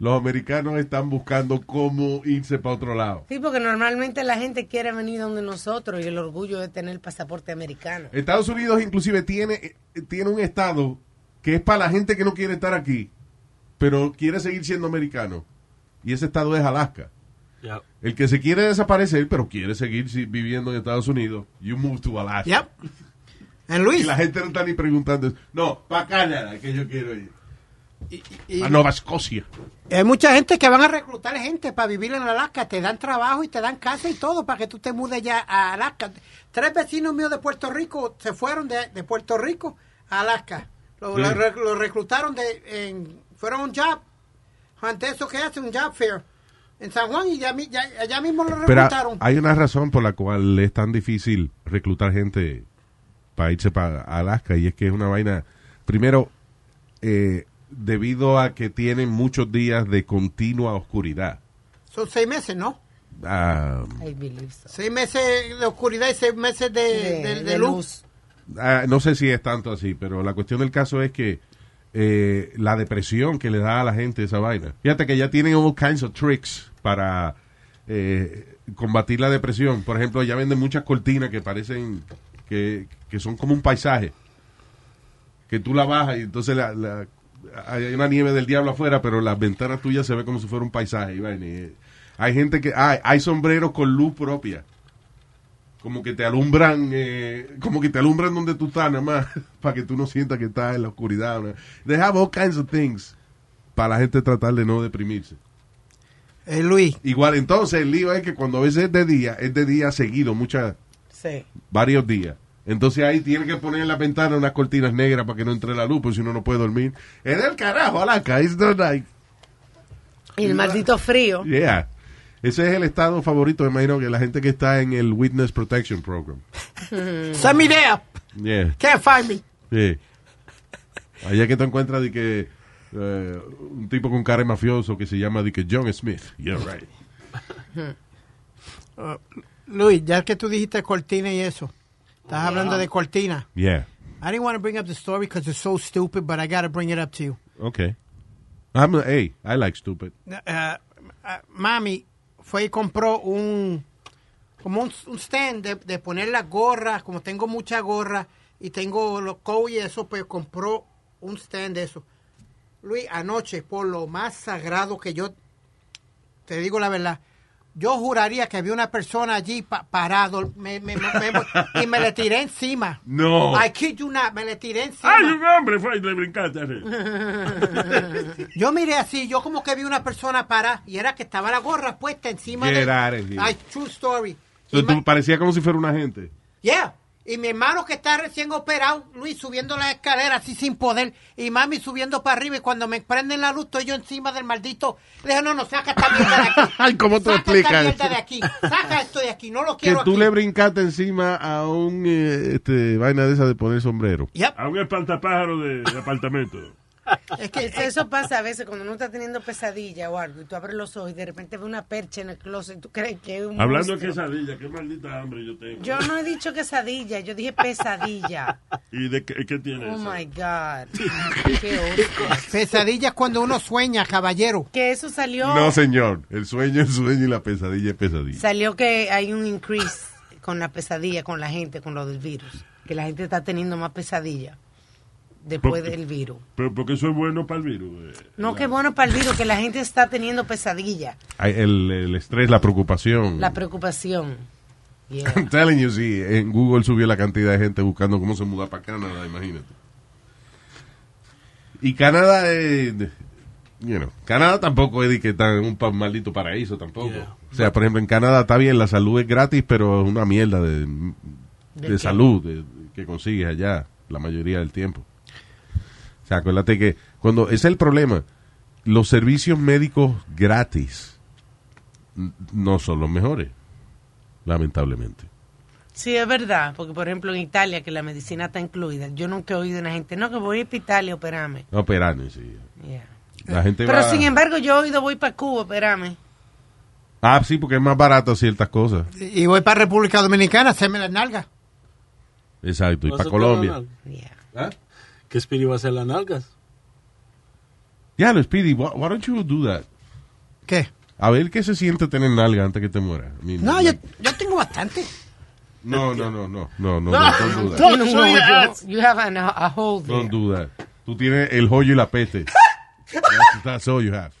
S6: los americanos están buscando cómo irse para otro lado?
S7: Sí, porque normalmente la gente quiere venir donde nosotros y el orgullo de tener el pasaporte americano.
S6: Estados Unidos inclusive tiene, eh, tiene un estado que es para la gente que no quiere estar aquí, pero quiere seguir siendo americano. Y ese estado es Alaska.
S8: Yep.
S6: El que se quiere desaparecer, pero quiere seguir si- viviendo en Estados Unidos, you move to Alaska.
S12: Luis.
S6: Y la gente no está ni preguntando. No, para Canadá, que yo quiero ir.
S12: y-
S6: a Nueva Escocia.
S12: Hay mucha gente que van a reclutar gente para vivir en Alaska, te dan trabajo y te dan casa y todo para que tú te mudes ya a Alaska. Tres vecinos míos de Puerto Rico se fueron de, de Puerto Rico Alaska. Lo,
S6: Sí.
S12: lo rec- lo reclutaron de, en- fueron a un job, ante eso que hace un job fair en San Juan y ya, mi- ya- allá mismo lo
S6: Pero
S12: reclutaron.
S6: hay una razón por la cual es tan difícil reclutar gente para irse para Alaska y es que es una vaina. Primero, eh, debido a que tienen muchos días de continua oscuridad.
S12: Son seis meses, ¿no?
S6: Ah,
S12: Seis meses de oscuridad y seis meses de, de- de
S7: de
S12: luz.
S6: ah, no sé si es tanto así, pero la cuestión del caso es que eh, la depresión que le da a la gente esa vaina. Fíjate que ya tienen all kinds of tricks para eh, combatir la depresión. Por ejemplo, ya venden muchas cortinas que parecen que, que son como un paisaje. Que tú la bajas y entonces la, la- hay una nieve del diablo afuera, pero las ventanas tuyas se ve como si fuera un paisaje. y vaina. Y, eh, Hay gente que... ah, hay sombreros con luz propia. Como que te alumbran, eh, como que te alumbran donde tú estás, nada más, [laughs] para que tú no sientas que estás en la oscuridad. ¿no? They have all kinds of things para la gente tratar de no deprimirse.
S12: Eh, Luis.
S6: Igual, entonces el lío es que cuando a veces es de día, es de día seguido, muchas,
S7: Sí.
S6: varios días. Entonces ahí tiene que poner en la ventana unas cortinas negras para que no entre la luz, porque si no, no puede dormir. Es del carajo, Alaska, it's not like,
S7: Y el maldito frío.
S6: yeah. Ese es el estado favorito, me imagino, que la gente que está en el Witness Protection Program.
S12: Esa es mi idea.
S6: Yeah.
S12: Can't find me.
S6: Sí. Allá que te encuentras de que eh, un tipo con cara de mafioso que se llama de que John Smith. Yeah, right.
S12: Uh, Luis, ya que tú dijiste cortina y eso, estás hablando de cortina.
S6: Yeah.
S12: I didn't want to bring up the story because it's so stupid, but I got to bring it up to you.
S6: Okay. I'm a, hey, I like stupid.
S12: Uh, uh, mami fue y compró un como un, un stand de, de poner las gorras, como tengo mucha gorra y tengo los coats y eso, pues compró un stand de eso. Luis, anoche, por lo más sagrado que yo, te digo la verdad, yo juraría que había una persona allí pa- parado me- me- me- me- y me le tiré encima.
S13: No.
S12: I kid you not, me le tiré encima.
S13: Ay, un hombre fue y le brincaste.
S7: [laughs]
S13: así.
S12: Yo miré así, yo como que vi una persona para y era que estaba la gorra puesta encima
S6: Get
S12: de
S6: out of here.
S12: Ay, true story.
S6: So, tú parecía como si fuera un agente.
S12: Yeah. Y mi hermano que está recién operado, Luis, subiendo la escalera así sin poder. Y mami subiendo para arriba. Y cuando me prenden la luz, estoy yo encima del maldito. Le dije, no, no, saca esta mierda de aquí.
S6: [laughs] Ay, ¿cómo te
S12: Saca esta
S6: explicas?
S12: mierda de aquí. Saca esto de aquí. No lo
S6: Que
S12: quiero
S6: tú
S12: aquí.
S6: le brincaste encima a un eh, este, vaina de esa de poner sombrero.
S13: A un espantapájaro de,
S7: [laughs]
S13: de apartamento.
S7: Es que eso pasa a veces cuando uno está teniendo pesadilla o algo y tú abres los ojos y de repente ves una percha en el closet y tú crees que es un
S13: Hablando de
S7: monstruo.
S13: quesadilla, qué maldita hambre yo tengo.
S7: Yo no he dicho quesadilla, yo dije pesadilla.
S13: ¿Y de qué, qué tiene
S7: oh
S13: eso?
S7: my God. Qué hostia.
S12: Pesadillas cuando uno sueña, caballero.
S7: Que eso salió.
S6: No, señor. El sueño es sueño y la pesadilla es pesadilla.
S7: Salió que hay un increase con la pesadilla, con la gente, con lo del virus. Que la gente está teniendo más pesadilla después
S13: Por-
S7: del virus.
S13: Pero porque eso es bueno para el virus. eh.
S7: No, qué bueno para el virus que la gente está teniendo pesadilla.
S6: Ay, El, el estrés, la preocupación.
S7: La preocupación. Yeah.
S6: I'm [laughs] telling you, sí. En Google subió la cantidad de gente buscando cómo se muda para Canadá, imagínate. Y Canadá, eh, you know, Canadá tampoco es de que está en un pa- maldito paraíso tampoco. O sea, por ejemplo, en Canadá está bien, la salud es gratis, pero es una mierda de, de
S13: ¿De qué?
S6: salud de- que consigues allá la mayoría del tiempo. O sea, acuérdate que cuando ese es el problema, los servicios médicos gratis n- no son los mejores, lamentablemente.
S7: Sí, es verdad, porque por ejemplo en Italia, que la medicina está incluida, yo nunca he oído a una gente, no, que voy a hospital y operame.
S6: Operando, sí.
S7: Yeah.
S6: La gente
S7: Pero
S6: va-
S7: sin embargo, yo he oído, voy para Cuba, operame.
S6: Ah, sí, porque es más barato ciertas cosas.
S12: Y voy para República Dominicana, se me la nalga.
S6: Exacto, y
S8: ¿Vas a
S6: para
S8: hacer
S6: Colombia.
S8: la nalga? ¿Eh? ¿Qué Speedy va a hacer las nalgas?
S6: Ya, lo Speedy, why, why don't you do that?
S12: ¿Qué?
S6: A ver qué se siente tener nalga antes que te muera. I mean,
S12: No, yo, yo tengo bastante.
S6: no, no, no, no, no, no, no,
S12: No,
S6: don't do that.
S12: don't
S7: No,
S12: show your
S7: yo-
S12: ass.
S7: you have an- a hold there.
S6: Don't do that. Tú tienes el hoyo y la peste. That's, that's all you have.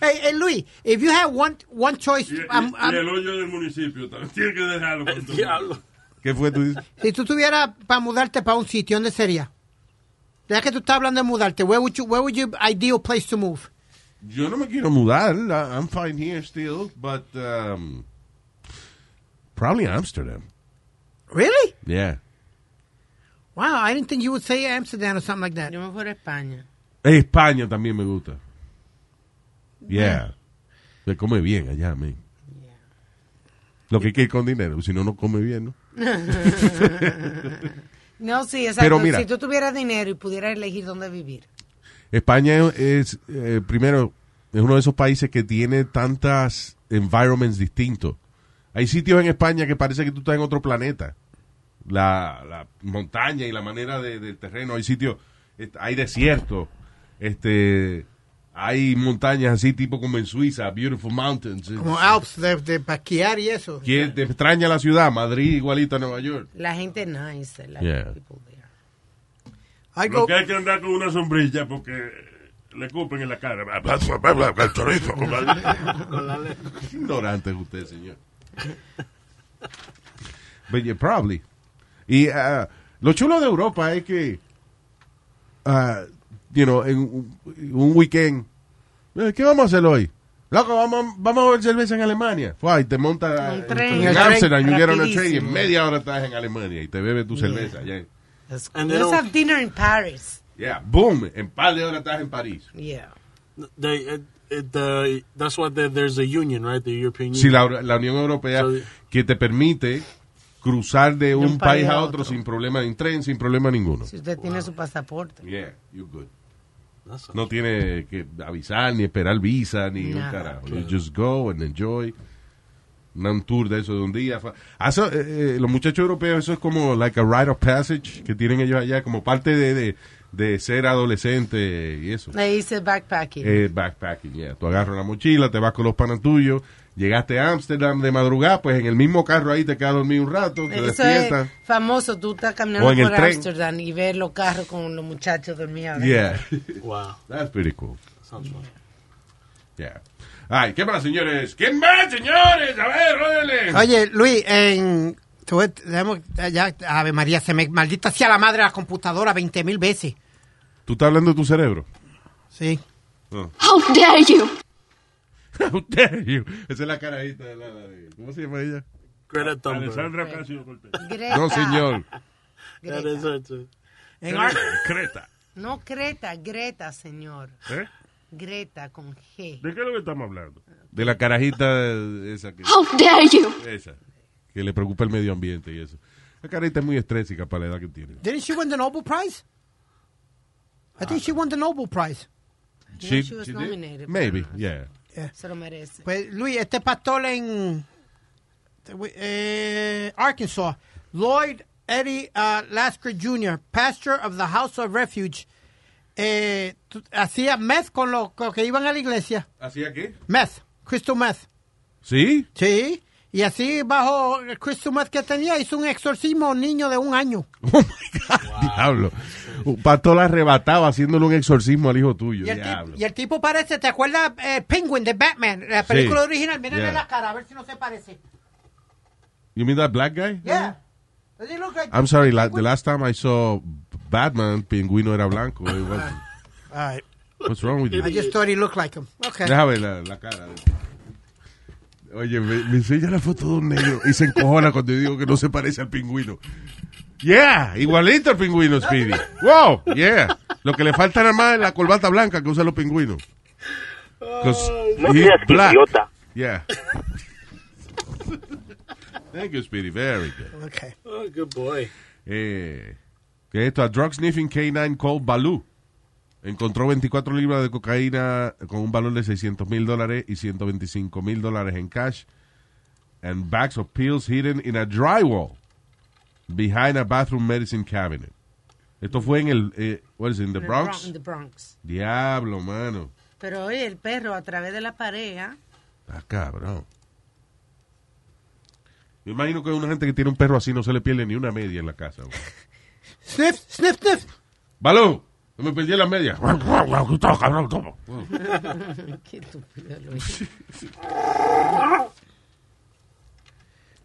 S12: Hey, hey, Luis, if you had one, one choice, um,
S13: Y, y-
S12: I'm- I'm-
S13: y el hoyo del municipio también. Tiene que dejarlo. con todo.
S6: ¿Qué fue tú dices?
S12: si tú tuvieras para mudarte para un sitio, ¿dónde sería? Ya que tú estás hablando de mudarte, where would, you, where would your ideal place to move?
S6: Yo no me quiero mudar. I- I'm fine here still, but um, probably Amsterdam.
S12: Really?
S6: Yeah.
S12: Wow, I didn't think you would say Amsterdam or something like that.
S7: Yo me fuera a España.
S6: España también me gusta. Yeah. Se come bien allá, man. Lo que hay que ir con dinero, si no, no come bien, ¿no?
S7: no, sí, exacto.
S6: Pero mira-
S7: si tú tuvieras dinero y pudieras elegir dónde vivir.
S6: España es, eh, primero, es uno de esos países que tiene tantas environments distintos. Hay sitios en España que parece que tú estás en otro planeta. La, la montaña y la manera de- del terreno. Hay sitios, est- hay desierto, este, hay montañas así tipo como en Suiza, Beautiful Mountains.
S12: Como Alps, de, de pa' esquiar y eso.
S6: Que te extraña la ciudad, Madrid igualita a Nueva York.
S7: La gente nice. La
S6: Yeah.
S13: Lo que hay que andar con una sombrilla porque le cupen en la cara.
S6: Ah, pues,
S13: El chorizo. con la-
S6: Ignorante es usted, señor. But yeah, probably. Y ah, lo chulo de Europa es que, ah, you know, en un- un weekend, eh, ¿qué vamos a hacer hoy? Loco, vamos, vamos a beber cerveza en Alemania. Fua, y te monta
S3: Un
S6: en-
S3: tren.
S6: en
S3: Un
S6: Amsterdam,
S3: tren
S6: you get on a
S3: rapidísimo.
S6: train y en media hora estás en Alemania y te bebes tu cerveza. Yeah.
S8: And they
S7: Let's
S8: don't-
S7: have dinner in Paris.
S6: Yeah, boom, en par de horas estás en París.
S7: Yeah.
S8: They, it, it, the, that's why there- there's a union, right? The European Union.
S6: Sí, la, la Unión Europea que te permite cruzar de un, país, a otro, sin problema en tren, sin problema ninguno.
S7: Si usted tiene su pasaporte.
S6: Yeah, you good. No tiene que avisar, ni esperar visa, ni un
S7: Nada.
S6: carajo. You just go and enjoy. Una- Un tour de eso de un día. Fa- Ah, eso, eh, eh, los muchachos europeos, eso es como like a rite of passage que tienen ellos allá, como parte de, de, de ser adolescente y eso.
S7: Le hice backpacking.
S6: Eh, backpacking, yeah. Tú agarras la mochila, te vas con los panas tuyos, llegaste a Ámsterdam de madrugada, pues en el mismo carro ahí te quedas dormido un rato, te
S7: Eso
S6: despiertas.
S7: es famoso. Tú estás caminando
S6: O en el
S7: por
S6: tren.
S7: Amsterdam y ves los carros con los muchachos dormidos.
S6: Yeah. [laughs]
S8: Wow.
S6: That's pretty cool.
S8: Sounds fun.
S6: Yeah. Ay, ¿qué más, señores? ¿Qué más, señores? A ver, órale.
S12: Oye, Luis, en... tú ves, tenemos- ya, Ave María, se me maldita sea la madre de la computadora 20 mil veces.
S6: ¿Tú estás hablando de tu cerebro?
S12: Sí.
S6: [laughs] Oh.
S12: How dare you.
S6: How dare you. Esa es la carajita de la, la de- ¿Cómo se llama ella?
S8: Greta Thunberg.
S13: Alessandra Ocasio-Cortez.
S6: No, señor.
S8: That is her too.
S7: En Greta.
S13: Creta.
S7: No, Creta, Greta, señor.
S13: ¿Eh?
S7: Greta con G.
S13: ¿De qué es lo que estamos hablando?
S7: Ah.
S6: De la carajita esa que...
S7: How dare you.
S6: Esa. Que le preocupa el medio ambiente y eso. La carajita es muy estrésica para la edad que tiene.
S12: Didn't she win the Nobel Prize? I think she won the Nobel Prize.
S6: She-
S12: she was
S6: she did?
S12: nominated,
S6: Maybe,
S12: pero
S6: yeah.
S7: Se lo merece.
S12: Pues Luis, este pastor en eh, Arkansas, Lloyd Eddie uh, Lasker Jr., pastor of the House of Refuge, eh, tu- hacía meth con los con que iban a la iglesia.
S6: ¿Hacía qué?
S12: Meth, crystal meth.
S6: ¿Sí? [laughs]
S12: Sí. Y así bajo el crystal meth que tenía hizo un exorcismo a un niño de un año.
S6: Oh Diablo. Un pastor la arrebataba haciéndole un exorcismo al hijo tuyo.
S12: Y el,
S6: Diablo.
S12: tipo, y el tipo parece, ¿te acuerdas eh, Penguin de Batman? La película
S6: Sí.
S12: original, mírale
S6: Yeah.
S12: la cara, a ver si no se parece.
S6: You mean that black guy?
S12: Yeah. Does he look like-
S6: Mm. I'm sorry, la- the last time I saw Batman, Pingüino era blanco. It wasn't.
S12: All right.
S6: What's wrong with you?
S12: I just thought he looked like him. Okay.
S6: Déjame ver la, la cara. Oye, me, me enseña la foto de un negro y se encojona cuando yo digo que no se parece al pingüino. Yeah, igualito al pingüino, Speedy. Wow, yeah. Lo que le falta nada más es la corbata blanca que usan los pingüinos. 'Cause
S3: No
S6: he's
S3: seas
S6: black.
S3: idiota.
S6: Yeah. Thank you, Speedy. Very good.
S12: Okay.
S8: Oh, good boy.
S6: Eh, que esto, a drug sniffing canine called Baloo. Encontró 24 libras de cocaína con un valor de 600 mil dólares y 125 mil dólares en cash. And bags of pills hidden in a drywall behind a bathroom medicine cabinet. Esto fue en el. Eh, what is it, in the
S7: En el
S6: Bronx?
S7: Bron- en the Bronx.
S6: Diablo, mano.
S7: Pero oye, el perro a través de la pared, ¿ah?
S6: Ah, cabrón. Me imagino que una gente que tiene un perro así no se le pierde ni una media en la casa. güey.
S12: Sniff, sniff, sniff.
S6: Balú, no me perdí las medias.
S7: Qué estúpido, Luis.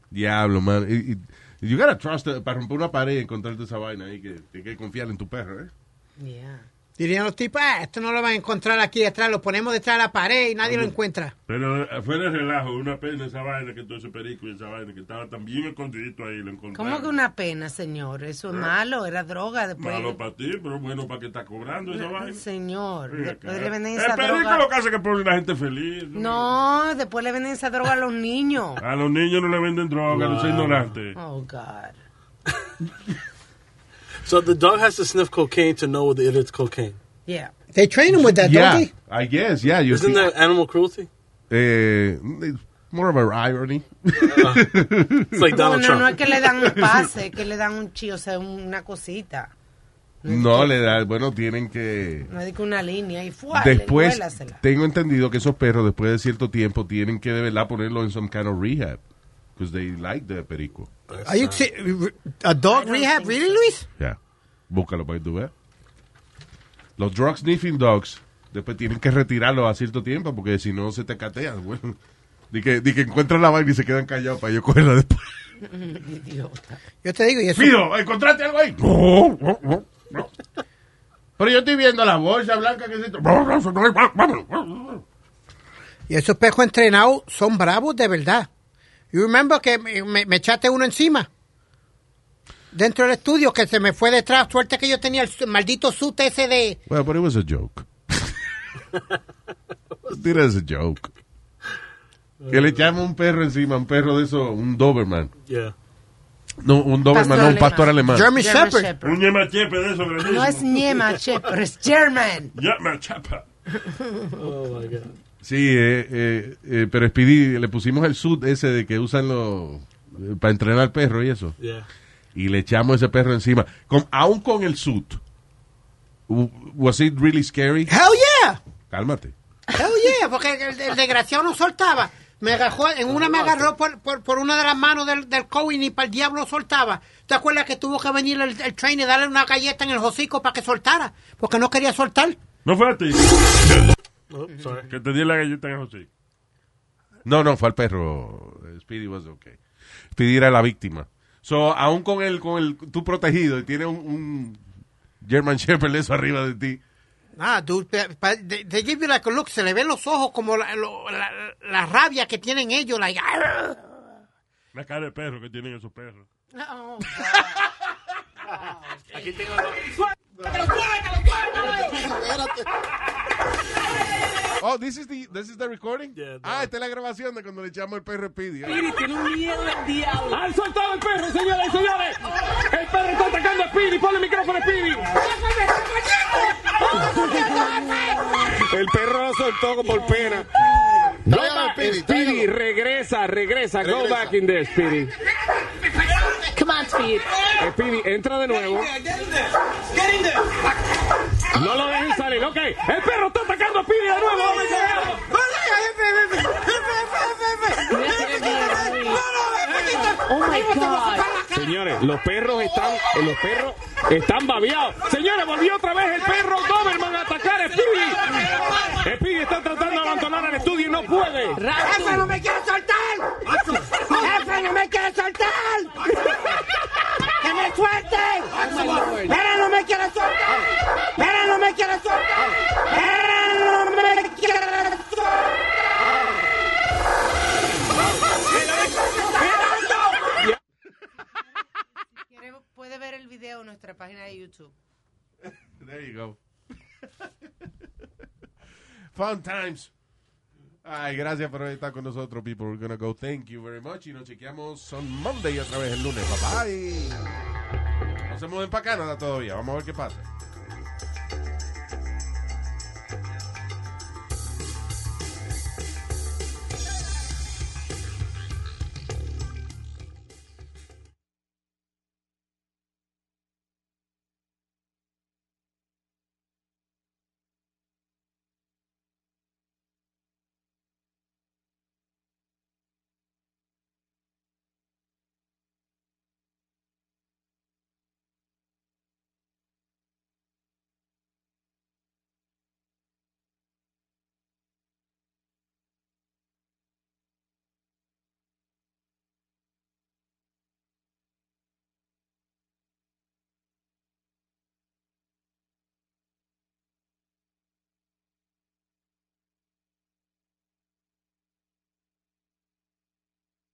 S6: Diablo, man. Y- y- You gotta trust, eh, para romper una pared y encontrarte esa vaina ahí, que tienes que confiar en tu perro, ¿eh?
S7: Yeah.
S12: Dirían los tipos, ah, esto no lo van a encontrar aquí detrás, lo ponemos detrás de la pared y nadie lo encuentra.
S13: Pero eh, fuera de relajo, una pena esa vaina que todo ese perico y esa vaina que estaba tan bien escondidito ahí lo
S7: ¿Cómo que
S13: encontraron.
S7: una pena, señor? Eso es
S13: Ah.
S7: malo, era droga. Después,
S13: Malo para ti, pero bueno para que está cobrando esa vaina.
S7: Señor,
S13: Mira,
S7: después
S13: cara.
S7: le venden
S13: el
S7: esa
S13: perico
S7: droga.
S13: lo que hace es que pone la gente feliz. ¿no?
S7: No, después le venden esa droga a los niños.
S6: Ah.
S13: A los niños no le venden droga, los ignorantes.
S7: Oh, God.
S8: So the dog has to sniff cocaine to know that it's cocaine.
S7: Yeah.
S12: They train them with that,
S6: yeah,
S12: don't they?
S6: I guess, yeah. You
S8: Isn't
S6: see-
S8: that animal cruelty?
S6: Eh, it's more of a irony.
S8: It's like
S7: No,
S8: Donald
S7: no,
S8: Trump.
S7: no es que le
S8: [laughs]
S7: dan un pase, es que le dan un chi, o sea, una cosita.
S6: No, le da, bueno, tienen que...
S7: No es que una línea y fue.
S6: Después, tengo entendido que esos perros, después de cierto tiempo, tienen que de verdad ponerlo en some kind of rehab. Because they like the perico.
S12: Are you si- a dog rehab, really, Luis?
S6: Yeah. Búscalo para que tú veas. Los drug sniffing dogs, después tienen que retirarlos a cierto tiempo, porque si no se te catean, bueno. Di que, di que encuentran la vaina y se quedan callados para yo cogerla [laughs] después.
S7: Idiota.
S12: Yo te digo, y eso...
S6: Fido, ¿encontraste algo ahí? No, no, no, no. Pero yo estoy viendo la bolsa blanca que se... No, no, no, no, vámonos.
S12: Y esos pejos entrenados son bravos de verdad. You remember que me, me- me echaste uno encima. Dentro del estudio que se me fue detrás. Suerte que yo tenía el su- maldito suit ese de...
S6: Well, but it was a [laughs] joke. It was a joke. Que le echamos un perro encima, un perro de eso, un Doberman.
S8: Yeah.
S6: No, un Doberman,
S7: Pastor
S6: no, un pastor
S7: alemán.
S6: alemán.
S7: German German Shepherd. Shepherd.
S13: Un yemachepe de eso grandísimo.
S7: No es Niema, che, pero es German.
S13: Yemachepe.
S8: Oh my god.
S6: Sí, eh, eh, eh, pero Speedy, le pusimos el sud ese de que usan los eh, para entrenar al perro y eso.
S8: Yeah.
S6: Y le echamos ese perro encima. Con, aún con el sud. ¿Was it really scary?
S12: Hell yeah!
S6: Cálmate.
S12: Hell yeah! Porque el, el desgraciado no soltaba. Me agarró, en una me agarró por, por, por una de las manos del, del COVID y ni para el diablo soltaba. ¿Te acuerdas que tuvo que venir el, el train y darle una galleta en el hocico para que soltara? Porque no quería soltar.
S13: No fue a ti.
S8: Oh, sorry.
S13: Que te di la galleta en José.
S6: No, no, fue al perro. Speedy was okay. Speedy era la víctima. So, aún con el, con el, tú protegido y tienes un, un German Shepherd de eso arriba de ti.
S12: Ah, dude, pa- pa- they, they give you like a look, se le ven los ojos como la, lo- la- la rabia que tienen ellos, like, "Arr".
S13: La cara de perro que tienen esos perros.
S3: Aquí tengo Espérate.
S6: Oh, this is the, this is the recording? ah, esta es la grabación de cuando le echamos el perro a Speedy.
S3: tiene un miedo al diablo.
S14: Han soltado Ah, el perro, señoras y señores. El perro está atacando a Speedy. Ponle el micrófono a Speedy. El perro lo soltó por pena. Go back, Speedy, regresa, regresa. Go back in there, Speedy. Eh,
S3: Come on, Speed.
S14: Speedy, entra de nuevo.
S3: Get in there.
S14: No lo dejes salir, ok. El perro está atacando a Speedy de nuevo. Vamos, carajo.
S3: Oh my god.
S14: Señores, los perros están, eh, los perros están babeados. Señores, volvió otra vez el perro Doberman a atacar a Speedy. Speedy está tratando de abandonar el estudio y no puede.
S3: ¡Jefe, no me quiere soltar! ¡Jefe, no me quiere soltar! ¡Que me suelten! ¡Vera, no me quiere soltar! ¡Vera, no me quiere soltar! ¡Vera, no me quiere soltar!
S7: Puede ver el video en nuestra página de YouTube.
S6: There you go. [laughs] Fun times. Ay, gracias por estar con nosotros, people. We're gonna go. Thank you very much. Y nos chequeamos on Monday otra vez el lunes. Bye bye. No se muden para Canadá todavía. Vamos a ver qué pasa.